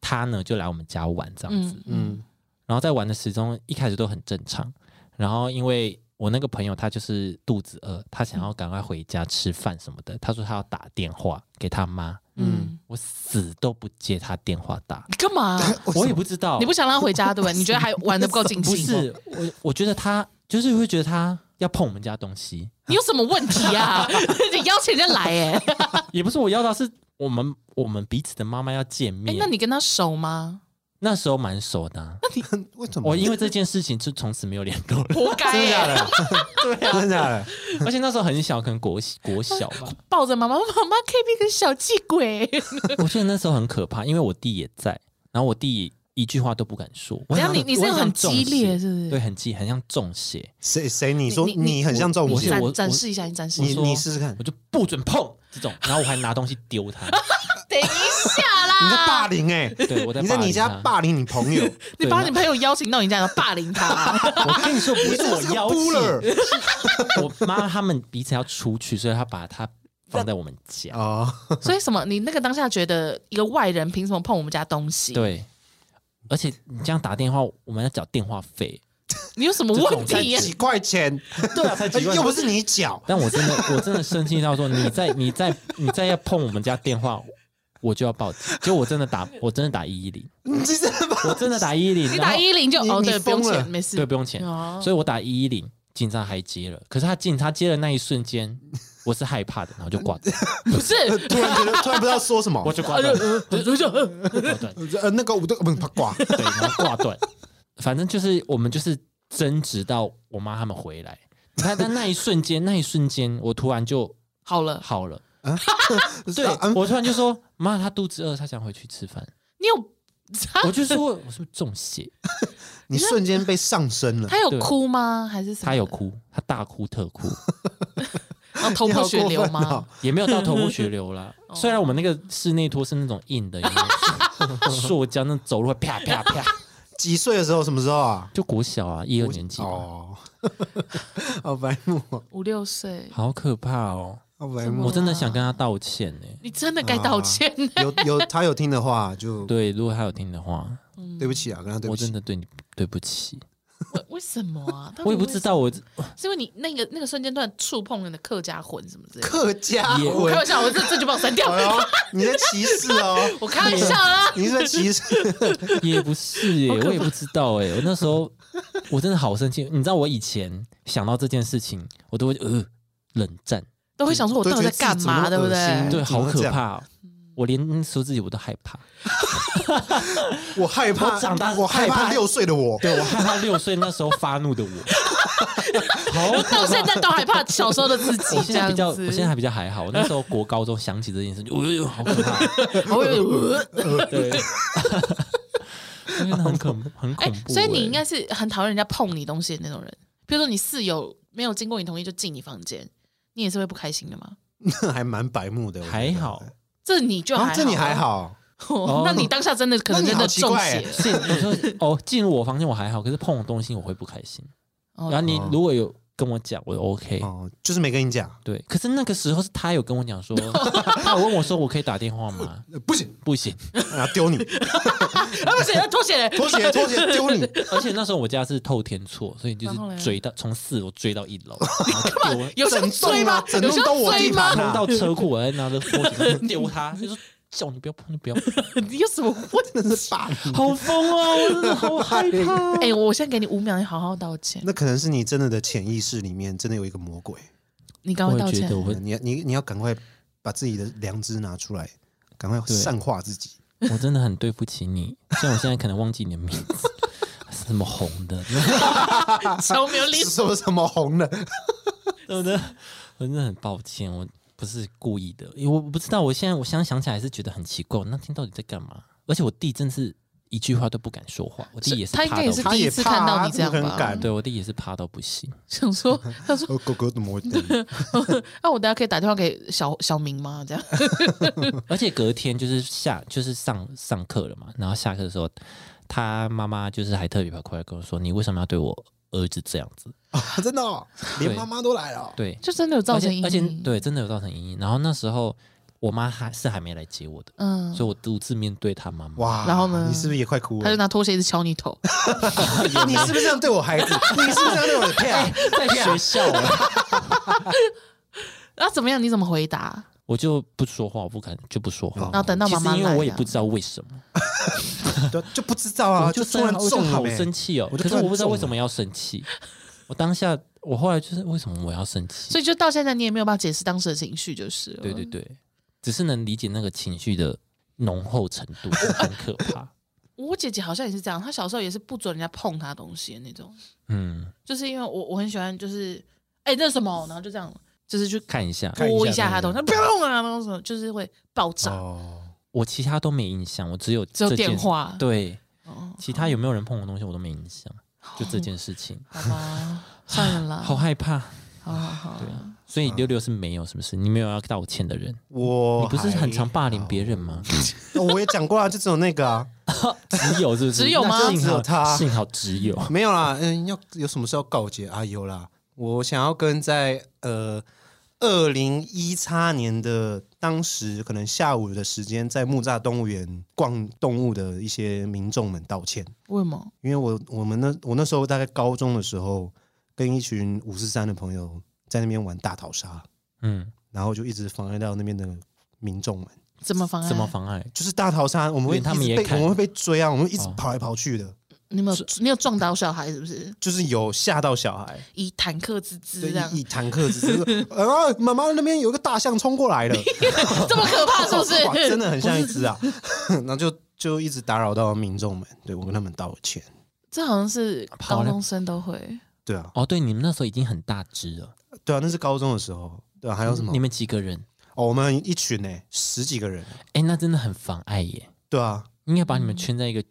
[SPEAKER 2] 他呢就来我们家玩这样子。
[SPEAKER 3] 嗯
[SPEAKER 1] 嗯
[SPEAKER 2] 然后在玩的时钟一开始都很正常，然后因为我那个朋友他就是肚子饿，他想要赶快回家吃饭什么的，他说他要打电话给他妈，
[SPEAKER 3] 嗯，
[SPEAKER 2] 我死都不接他电话打，
[SPEAKER 3] 你干 嘛？
[SPEAKER 2] 我也不知道，
[SPEAKER 3] 你不想让他回家对不对？你觉得还玩的不够尽 兴？
[SPEAKER 2] 不，是我，我觉得他就是会觉得他要碰我们家东西，
[SPEAKER 3] 你有什么问题啊？ 你邀请人家来哎、 欸
[SPEAKER 2] 也不是我要到，是我们我们彼此的妈妈要见面。
[SPEAKER 3] 哎那你跟他熟吗？
[SPEAKER 2] 那时候蛮熟的啊、
[SPEAKER 1] 嗯 哦为什么？
[SPEAKER 2] 我因为这件事情就从此没有联络 了，
[SPEAKER 3] 活该、
[SPEAKER 1] 真的假
[SPEAKER 3] 欸！
[SPEAKER 1] 的？ 对啊，真的假的？
[SPEAKER 2] 而且那时候很小，可能国国小吧。
[SPEAKER 3] 抱着妈妈，妈妈 K B 跟小气鬼。
[SPEAKER 2] 我记得那时候很可怕，因为我弟也在，然后我弟一句话都不敢说。我
[SPEAKER 3] 等一下
[SPEAKER 2] 很
[SPEAKER 3] 你你是
[SPEAKER 2] 我
[SPEAKER 3] 很
[SPEAKER 2] 中
[SPEAKER 3] 激烈
[SPEAKER 2] 邪
[SPEAKER 3] 是不是
[SPEAKER 2] 对，很激，很像中邪。
[SPEAKER 1] 谁谁？你说
[SPEAKER 3] 你你
[SPEAKER 1] 你很像赵
[SPEAKER 3] 你
[SPEAKER 1] 无
[SPEAKER 2] 我
[SPEAKER 1] 羡
[SPEAKER 2] 是
[SPEAKER 3] 展
[SPEAKER 2] 我
[SPEAKER 3] 展示一下，你展示一
[SPEAKER 1] 你
[SPEAKER 3] 下。
[SPEAKER 2] 说
[SPEAKER 1] 你试试看，
[SPEAKER 2] 我就不准碰这种，然后我还拿东西丢 他。
[SPEAKER 3] 等一下啦！
[SPEAKER 1] 你在
[SPEAKER 2] 啊
[SPEAKER 1] 霸凌哎、
[SPEAKER 2] 对，我在
[SPEAKER 1] 你在
[SPEAKER 2] 霸
[SPEAKER 1] 你
[SPEAKER 2] 凌
[SPEAKER 1] 家
[SPEAKER 2] 他
[SPEAKER 1] 霸凌你朋友，
[SPEAKER 3] 你把你朋友邀请到你家，然后霸凌他、
[SPEAKER 2] 我跟你说，不
[SPEAKER 1] 你
[SPEAKER 2] 是
[SPEAKER 1] 这
[SPEAKER 2] 我
[SPEAKER 1] 是个
[SPEAKER 2] 邀
[SPEAKER 1] buller
[SPEAKER 2] 请，我妈他们彼此要出去，所以她把她放在我们 家。
[SPEAKER 1] 哦，
[SPEAKER 3] 所以什么？你那个当下觉得一个外人凭什么碰我们家东西？，
[SPEAKER 2] 对，而且你这样打电话，我们要缴电话费。
[SPEAKER 3] 你有什么问题呀、
[SPEAKER 1] 几块钱，哎
[SPEAKER 2] 对 啊，才
[SPEAKER 1] 又不是你 缴，
[SPEAKER 2] 但我真的，我真的生气到说，你再、你再、你再要碰我们家电话，我就要报警。结果我真的打，我真的打一一零，
[SPEAKER 1] 你这是把
[SPEAKER 2] 我真的打一一零，
[SPEAKER 3] 你
[SPEAKER 2] 然
[SPEAKER 3] 打
[SPEAKER 2] 后
[SPEAKER 3] 一零就
[SPEAKER 1] 你
[SPEAKER 3] 哦，
[SPEAKER 1] 你
[SPEAKER 3] 对，不用
[SPEAKER 1] 疯了
[SPEAKER 3] 钱，没事。
[SPEAKER 2] 对，不用钱，
[SPEAKER 3] 哦
[SPEAKER 2] 所以我打一一零，警察还接了。可是他警察接的那一瞬间，我是害怕的，然后就挂断，
[SPEAKER 3] 不是，
[SPEAKER 1] 突然觉得突然不知道说什么
[SPEAKER 2] 我，就挂断，
[SPEAKER 3] 我就呃
[SPEAKER 2] 挂断。
[SPEAKER 1] 呃，那个我都不挂，
[SPEAKER 2] 对，然后挂断。反正就是我们就是争执到我妈他们回来，但但那一瞬间，那一瞬间，我突然就
[SPEAKER 3] 好了，
[SPEAKER 2] 好了。对
[SPEAKER 1] 对，嗯
[SPEAKER 2] 我突然就说：“妈，她肚子饿，她想回去吃饭。
[SPEAKER 3] 你有” 啊
[SPEAKER 2] 我就说：“我是不是中邪
[SPEAKER 1] 你瞬间被上身了，
[SPEAKER 3] 他有
[SPEAKER 2] 对
[SPEAKER 3] 哭吗？还是？”什么？
[SPEAKER 2] 她有，哭，她大哭特哭，
[SPEAKER 3] 然后头
[SPEAKER 1] 你好
[SPEAKER 3] 破血
[SPEAKER 1] 过
[SPEAKER 3] 流
[SPEAKER 1] 分
[SPEAKER 3] 吗
[SPEAKER 1] 哦？？
[SPEAKER 2] 也没有到头破血流啦。虽然我们那个室内拖是那种硬的，有没有塑胶，那走路会啪啪啪。
[SPEAKER 1] 几岁的时候？什么时候啊？
[SPEAKER 2] 就国小啊，一二年级吧，
[SPEAKER 1] 哦， 好白目哦，
[SPEAKER 3] 五六岁，
[SPEAKER 2] 好可怕哦！
[SPEAKER 1] 好白
[SPEAKER 3] 怎么
[SPEAKER 1] 目。
[SPEAKER 2] 我真的想跟她道歉呢。
[SPEAKER 3] 你真的该道歉。
[SPEAKER 1] 有有，他有听的话就
[SPEAKER 2] 对，如果她有听的话，
[SPEAKER 1] 对不起啊，跟他对
[SPEAKER 2] 我
[SPEAKER 1] 不
[SPEAKER 2] 真
[SPEAKER 1] 起。
[SPEAKER 2] 的对你对不起，
[SPEAKER 3] 为为什么啊？到底
[SPEAKER 2] 我也不
[SPEAKER 3] 为
[SPEAKER 2] 知
[SPEAKER 3] 什
[SPEAKER 2] 道，我
[SPEAKER 3] 么，是因为你那个那个瞬间突然触碰了你的客家魂什么之类的。
[SPEAKER 1] 客家
[SPEAKER 2] 也
[SPEAKER 3] 我
[SPEAKER 1] 文
[SPEAKER 3] 开，玩笑，我这这就把我删掉。
[SPEAKER 1] 哎呦，你在歧视哦，
[SPEAKER 3] 我开玩笑啦，
[SPEAKER 1] 你是在歧视？
[SPEAKER 2] 也不是耶，我也不知道哎，我那时候我真的好生气，你知道我以前想到这件事情，我都会呃冷战，
[SPEAKER 3] 都会想说我到底在干嘛，对
[SPEAKER 1] 对
[SPEAKER 3] 不
[SPEAKER 1] 觉得自己怎么那么恶心？
[SPEAKER 3] 对
[SPEAKER 2] 对，
[SPEAKER 1] 怎么
[SPEAKER 2] 好
[SPEAKER 1] 会
[SPEAKER 2] 可
[SPEAKER 1] 这样
[SPEAKER 2] 怕哦，我连说自己我都害怕，
[SPEAKER 1] 我害怕，
[SPEAKER 2] 我长大
[SPEAKER 1] 我害
[SPEAKER 2] 害
[SPEAKER 1] 怕
[SPEAKER 2] 怕
[SPEAKER 1] 六岁的我，
[SPEAKER 2] 对我害怕六岁那时候发怒 的我，好
[SPEAKER 3] 到
[SPEAKER 2] 可怕
[SPEAKER 3] 现。在都害怕小时候的自己
[SPEAKER 2] 我
[SPEAKER 3] 这
[SPEAKER 2] 现在
[SPEAKER 3] 样
[SPEAKER 2] 比较，
[SPEAKER 3] 子。
[SPEAKER 2] 我现在还比较还好。我那时候国高中想起这件事， 就哎呦，好可怕！
[SPEAKER 3] 我有点
[SPEAKER 2] 欸
[SPEAKER 3] 呃
[SPEAKER 2] 对，真的 很恐 很
[SPEAKER 3] 哎
[SPEAKER 2] 恐怖欸。
[SPEAKER 3] 所以你应该是很讨厌人家碰你东西的那种人。比如说你室友没有经过你同意就进你房间，你也是会不开心的吗？
[SPEAKER 1] 还蛮白目的，我觉得
[SPEAKER 2] 欸还好，
[SPEAKER 3] 这你就还
[SPEAKER 1] 啊，
[SPEAKER 3] 好
[SPEAKER 1] 这你还好，
[SPEAKER 3] 哦， 那你当下真的可能真的中
[SPEAKER 1] 那你
[SPEAKER 3] 邪了
[SPEAKER 1] 好。欸
[SPEAKER 2] 进你说哦，进入我房间我还好，可是碰我东西我会不开心。
[SPEAKER 3] 哦
[SPEAKER 2] 然后你如果有跟我讲，我 OK。
[SPEAKER 1] 哦，就是没跟你讲，
[SPEAKER 2] 对，可是那个时候是他有跟我 讲说，他有问我说我可以打电话吗？
[SPEAKER 1] 呃不行，
[SPEAKER 2] 不行，
[SPEAKER 1] 然哎后丢你，
[SPEAKER 3] 啊，不行，要脱 鞋。
[SPEAKER 1] 拖鞋拖鞋丢你，
[SPEAKER 2] 而且那时候我家是透天厝，所以就
[SPEAKER 3] 然后嘞
[SPEAKER 2] 是追到从四楼追到一 楼，然后丢
[SPEAKER 3] 有需要
[SPEAKER 1] 整
[SPEAKER 3] 追
[SPEAKER 1] 栋
[SPEAKER 3] 吗
[SPEAKER 1] 啊，？整
[SPEAKER 3] 有
[SPEAKER 1] 栋
[SPEAKER 3] 需
[SPEAKER 1] 都
[SPEAKER 3] 要
[SPEAKER 1] 我
[SPEAKER 3] 追
[SPEAKER 1] 地
[SPEAKER 3] 吗
[SPEAKER 1] 盘？
[SPEAKER 2] 冲
[SPEAKER 1] 啊
[SPEAKER 2] 到，车库，我还拿着拖鞋丢他，就说叫你不要碰，你不要碰，
[SPEAKER 3] 你有什么问题？
[SPEAKER 1] 真的是霸凌。
[SPEAKER 2] 好疯哦，我真的好害怕。
[SPEAKER 3] 哎，我现在给你五秒，你好好道歉。
[SPEAKER 1] 那可能是你真的的潜意识里面真的有一个魔鬼，
[SPEAKER 3] 你赶
[SPEAKER 2] 我
[SPEAKER 3] 快
[SPEAKER 2] 也
[SPEAKER 3] 道
[SPEAKER 2] 觉
[SPEAKER 3] 歉
[SPEAKER 2] 得。 我
[SPEAKER 1] 你你你要赶快把自己的良知拿出来，赶快善化自己。
[SPEAKER 2] 我真的很对不起你，虽然我现在可能忘记你的名字， 是什么红的，
[SPEAKER 3] 超没有礼
[SPEAKER 1] 是
[SPEAKER 3] 貌
[SPEAKER 1] 什么什么红的？
[SPEAKER 2] 真的，我真的很抱歉，我不是故意的，因为我不知道，我现在我现在想起来是觉得很奇怪，我那天到底在干嘛？而且我弟真是一句话都不敢说话，我弟也是
[SPEAKER 3] 他应
[SPEAKER 2] 怕
[SPEAKER 3] 该也
[SPEAKER 2] 到
[SPEAKER 3] 是
[SPEAKER 2] 不
[SPEAKER 1] 他
[SPEAKER 3] 第一
[SPEAKER 1] 也
[SPEAKER 3] 次
[SPEAKER 1] 怕
[SPEAKER 3] 看
[SPEAKER 1] 啊
[SPEAKER 3] 到你这样
[SPEAKER 1] 怎么可能
[SPEAKER 3] 吧？
[SPEAKER 1] 敢
[SPEAKER 2] 对我弟也是怕到不行，
[SPEAKER 3] 想说，他说
[SPEAKER 1] 哦，狗狗怎么会 这样？
[SPEAKER 3] 啊，我等下可以打电话给小小明吗？这样，
[SPEAKER 2] 而且隔天就是下就是上上课了嘛，然后下课的时候，他妈妈就是还特别跑过来跟我说：“你为什么要对我儿子这样子
[SPEAKER 1] 啊真的哦，连
[SPEAKER 2] 对
[SPEAKER 1] 妈妈都来了哦？”。
[SPEAKER 2] 对，
[SPEAKER 3] 就真的有造成阴影。
[SPEAKER 2] 而且而且，对，真的有造成阴影。然后那时候我妈还是还没来接我的，
[SPEAKER 3] 嗯，
[SPEAKER 2] 所以我独自面对她妈妈。
[SPEAKER 1] 哇，
[SPEAKER 3] 然后呢
[SPEAKER 1] 你是不是也快哭
[SPEAKER 3] 他就
[SPEAKER 1] 了？
[SPEAKER 3] 拿拖鞋一直敲你 头，
[SPEAKER 1] 你是不是这样对我孩 子？你是不是这样对我的 p
[SPEAKER 2] 在学校、啊，
[SPEAKER 3] 啊，怎么样？你怎么回答？
[SPEAKER 2] 我我就不说话，我不敢就不说话。
[SPEAKER 3] 然后等到妈妈
[SPEAKER 2] 其实因为
[SPEAKER 3] 来
[SPEAKER 2] 我也
[SPEAKER 3] 这
[SPEAKER 2] 不
[SPEAKER 3] 样
[SPEAKER 2] 知道为什么，
[SPEAKER 1] 对，就不知道啊，
[SPEAKER 2] 我
[SPEAKER 1] 就
[SPEAKER 2] 就
[SPEAKER 1] 突
[SPEAKER 2] 真
[SPEAKER 1] 然
[SPEAKER 2] 的我就
[SPEAKER 1] 中了
[SPEAKER 2] 好
[SPEAKER 1] 呗
[SPEAKER 2] 生气哦。
[SPEAKER 1] 我就
[SPEAKER 2] 可是
[SPEAKER 1] 突然
[SPEAKER 2] 我不知道
[SPEAKER 1] 中
[SPEAKER 2] 为什
[SPEAKER 1] 了
[SPEAKER 2] 么要生气，我当下我后来就是为什么我要生气？
[SPEAKER 3] 所以就到现在你也没有办法解释当时的情绪，就是了
[SPEAKER 2] 对对对，只是能理解那个情绪的浓厚程 度，就很可怕。
[SPEAKER 3] 我姐姐好像也是这样，她小时候也是不准人家碰她东西的那种，
[SPEAKER 2] 嗯，
[SPEAKER 3] 就是因为我我很喜欢，就是哎、那是什么，然后就这样，就是去
[SPEAKER 2] 看一下，
[SPEAKER 1] 看一下
[SPEAKER 3] 拨一下
[SPEAKER 1] 看
[SPEAKER 3] 她
[SPEAKER 1] 一
[SPEAKER 3] 东
[SPEAKER 1] 下
[SPEAKER 3] 西，不要碰啊，那种什么，就是会爆炸，
[SPEAKER 1] 哦，
[SPEAKER 2] 我其他都没印象，我只有
[SPEAKER 3] 只有
[SPEAKER 2] 这件
[SPEAKER 3] 电话
[SPEAKER 2] 对，
[SPEAKER 3] 哦，
[SPEAKER 2] 其他有没有人碰我东西我都没印象，就这件事情，
[SPEAKER 3] 好吧，算了啦，
[SPEAKER 2] 好害怕。
[SPEAKER 3] 好好好，
[SPEAKER 2] 对啊，所以六六是没有，是不是？你没有要道歉的人，
[SPEAKER 1] 我
[SPEAKER 2] 你不是很常霸凌
[SPEAKER 1] 人？
[SPEAKER 2] 别人吗？
[SPEAKER 1] 哦我也讲过啊，就只有那个啊，
[SPEAKER 2] 只有是不是？
[SPEAKER 3] 只有吗
[SPEAKER 2] 那幸
[SPEAKER 1] 只有
[SPEAKER 2] 好
[SPEAKER 1] 他
[SPEAKER 2] 幸好只有。
[SPEAKER 1] 没有啦，嗯，要有什么事要告诫啊？有啦，我想要跟在呃二零一叉年的当时可能下午的时间，在木栅动物园逛动物的一些民众们道歉，
[SPEAKER 3] 为什么？
[SPEAKER 1] 因为我我们那我那时候大概高中的时候，跟一群五四三的朋友在那边玩大逃杀，
[SPEAKER 2] 嗯，
[SPEAKER 1] 然后就一直妨碍到那边的民众们，
[SPEAKER 3] 怎么妨碍？
[SPEAKER 2] 怎么？妨碍？
[SPEAKER 1] 就是大逃杀，我们会
[SPEAKER 2] 因为他们
[SPEAKER 1] 一直
[SPEAKER 2] 也
[SPEAKER 1] 被
[SPEAKER 2] 看
[SPEAKER 1] 我们会被追啊，我们会一直
[SPEAKER 2] 哦
[SPEAKER 1] 跑来跑去的，
[SPEAKER 3] 你有没有你有撞倒小孩是不是？
[SPEAKER 1] 就是有吓到小孩。
[SPEAKER 3] 以坦克之姿
[SPEAKER 1] 对，
[SPEAKER 3] 这样，
[SPEAKER 1] 以以坦克之 姿，然后妈妈那边有一个大象冲过来了，
[SPEAKER 3] 这么可怕是 不
[SPEAKER 1] 哇，
[SPEAKER 3] 是？
[SPEAKER 1] 真的很像一只啊， 然后就就一直打扰到民众们，对我跟他们道歉，
[SPEAKER 3] 这好像是
[SPEAKER 2] 跑
[SPEAKER 3] 高
[SPEAKER 2] 了
[SPEAKER 3] 中生都会。
[SPEAKER 1] 对啊，
[SPEAKER 2] 哦，对，你们那时候已经很大只了。
[SPEAKER 1] 对啊，那是高中的时候，对啊，还有什么
[SPEAKER 2] 嗯你？们几个人？
[SPEAKER 1] 哦，我们一群呢、十几个人，
[SPEAKER 2] 哎，那真的很妨碍耶，
[SPEAKER 1] 对啊，
[SPEAKER 2] 应该把
[SPEAKER 3] 嗯
[SPEAKER 2] 你们圈在一个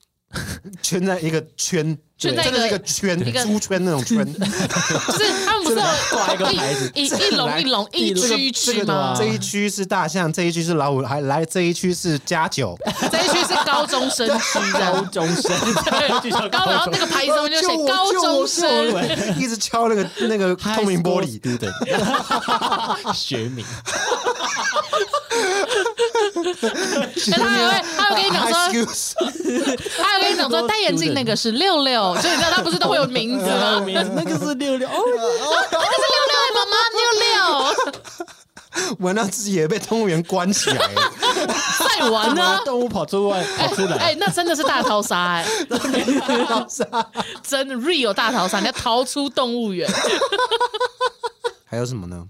[SPEAKER 1] 圈在一个圈，
[SPEAKER 3] 圈在一
[SPEAKER 1] 真
[SPEAKER 3] 个
[SPEAKER 1] 的是一个圈
[SPEAKER 3] 一，个
[SPEAKER 1] 猪圈那种圈，
[SPEAKER 3] 就是他们不是
[SPEAKER 2] 挂一个
[SPEAKER 3] 有
[SPEAKER 2] 牌子
[SPEAKER 3] 一一一笼一笼一
[SPEAKER 1] 这个
[SPEAKER 3] 区一
[SPEAKER 1] 这
[SPEAKER 3] 区
[SPEAKER 1] 个
[SPEAKER 3] 吗？
[SPEAKER 1] 这一区是大象，这一区是老虎，还来这一区是加九，
[SPEAKER 3] 这一
[SPEAKER 1] 啊
[SPEAKER 3] 区是高中生区这
[SPEAKER 2] 高
[SPEAKER 3] 样。
[SPEAKER 2] 中生，
[SPEAKER 3] 对高，然后那个牌子上 哎面就
[SPEAKER 1] 救
[SPEAKER 3] 写
[SPEAKER 1] 我
[SPEAKER 3] 高
[SPEAKER 1] 救我
[SPEAKER 3] 中
[SPEAKER 1] 救我
[SPEAKER 3] 生，
[SPEAKER 1] 一直敲那个那 个透明玻璃，
[SPEAKER 2] 的学名，
[SPEAKER 3] 哎他还会，他还会跟你 讲说，
[SPEAKER 1] 啊 Excuse
[SPEAKER 3] 他还会跟你讲说，戴眼镜那个是六六，就你知道他不是都会有名字吗？
[SPEAKER 1] 啊
[SPEAKER 3] 六六，
[SPEAKER 2] 那个是六六哦，
[SPEAKER 3] 妈妈六六，
[SPEAKER 1] 闻到自己也被动物园关起来了，
[SPEAKER 3] 在玩呢。
[SPEAKER 2] 啊动物跑出来跑出
[SPEAKER 3] 哎、，那真的是大逃杀哎、真的 real 大逃杀，你要逃出动物园，
[SPEAKER 1] 还有什么呢？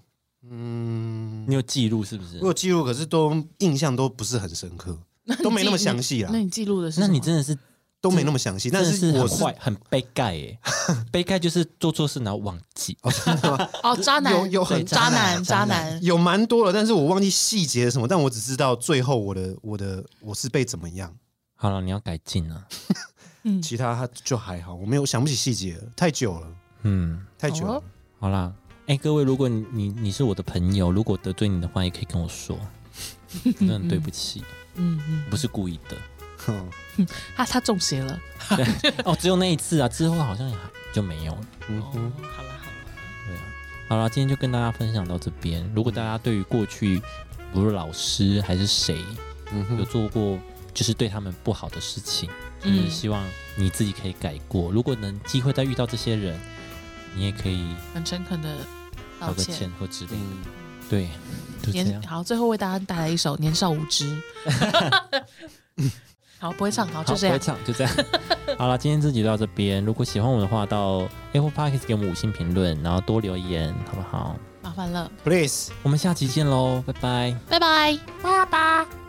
[SPEAKER 1] 嗯，
[SPEAKER 2] 你有记录是不是
[SPEAKER 1] 我？有记录，可是都印象都不是很深刻，都没那么详细啊
[SPEAKER 3] 那，你记录的是什
[SPEAKER 2] 那
[SPEAKER 3] 么？
[SPEAKER 2] 你真的是，
[SPEAKER 1] 都没那么详细。但
[SPEAKER 2] 真的
[SPEAKER 1] 是
[SPEAKER 2] 是
[SPEAKER 1] 我
[SPEAKER 2] 很
[SPEAKER 1] 是
[SPEAKER 2] 坏，很悲盖 耶，悲盖就是做错事然后忘记，
[SPEAKER 3] 哦，渣男
[SPEAKER 1] 有有很
[SPEAKER 3] 对
[SPEAKER 1] 渣
[SPEAKER 3] 渣
[SPEAKER 1] 男
[SPEAKER 3] 男
[SPEAKER 2] 渣
[SPEAKER 3] 渣
[SPEAKER 2] 男
[SPEAKER 3] 男，
[SPEAKER 1] 有蛮多了，但是我忘记细节是什么，但我只知道最后我的我的我是被怎么样，
[SPEAKER 2] 好了，你要改进了，
[SPEAKER 1] 其他就还好，我没有想不起细节了，太久了，
[SPEAKER 2] 嗯，
[SPEAKER 1] 太久了
[SPEAKER 3] 哦。
[SPEAKER 2] 好啦。哎、各位，如果你你你是我的朋友，如果得罪你的话，也可以跟我说，真的很对不起，
[SPEAKER 3] 嗯嗯，
[SPEAKER 2] 不是故意的。
[SPEAKER 1] 哼
[SPEAKER 3] 啊他他中邪了，
[SPEAKER 2] 哦，只有那一次啊，之后好像也还就没有了。
[SPEAKER 1] 嗯
[SPEAKER 3] 哦，
[SPEAKER 1] 哼，
[SPEAKER 3] 好了好了，
[SPEAKER 2] 好了，今天就跟大家分享到这边。如果大家对于过去，无论老师还是谁，
[SPEAKER 1] 嗯
[SPEAKER 2] 有
[SPEAKER 1] 哼，
[SPEAKER 2] 做过就是对他们不好的事情，嗯，
[SPEAKER 3] 嗯
[SPEAKER 2] 希望你自己可以改过。如果能机会再遇到这些人，你也可以
[SPEAKER 3] 很诚恳的
[SPEAKER 2] 道
[SPEAKER 3] 道
[SPEAKER 2] 个
[SPEAKER 3] 歉
[SPEAKER 2] 歉。或之类的。
[SPEAKER 1] 嗯，
[SPEAKER 2] 对，就这
[SPEAKER 3] 年
[SPEAKER 2] 样。
[SPEAKER 3] 好，最后为大家带来一首《年少无知》。好，不会唱，好，就
[SPEAKER 2] 不
[SPEAKER 3] 这
[SPEAKER 2] 会
[SPEAKER 3] 样。
[SPEAKER 2] 唱，就这样。 好了，今天这集就到这边。如果喜欢我们的话，到 Apple Podcast 给我们五星评论，然后多留言，好不好？
[SPEAKER 3] 麻烦了，
[SPEAKER 1] ，please。
[SPEAKER 2] 我们下期见喽，拜拜。
[SPEAKER 3] 拜拜。
[SPEAKER 4] 爸爸。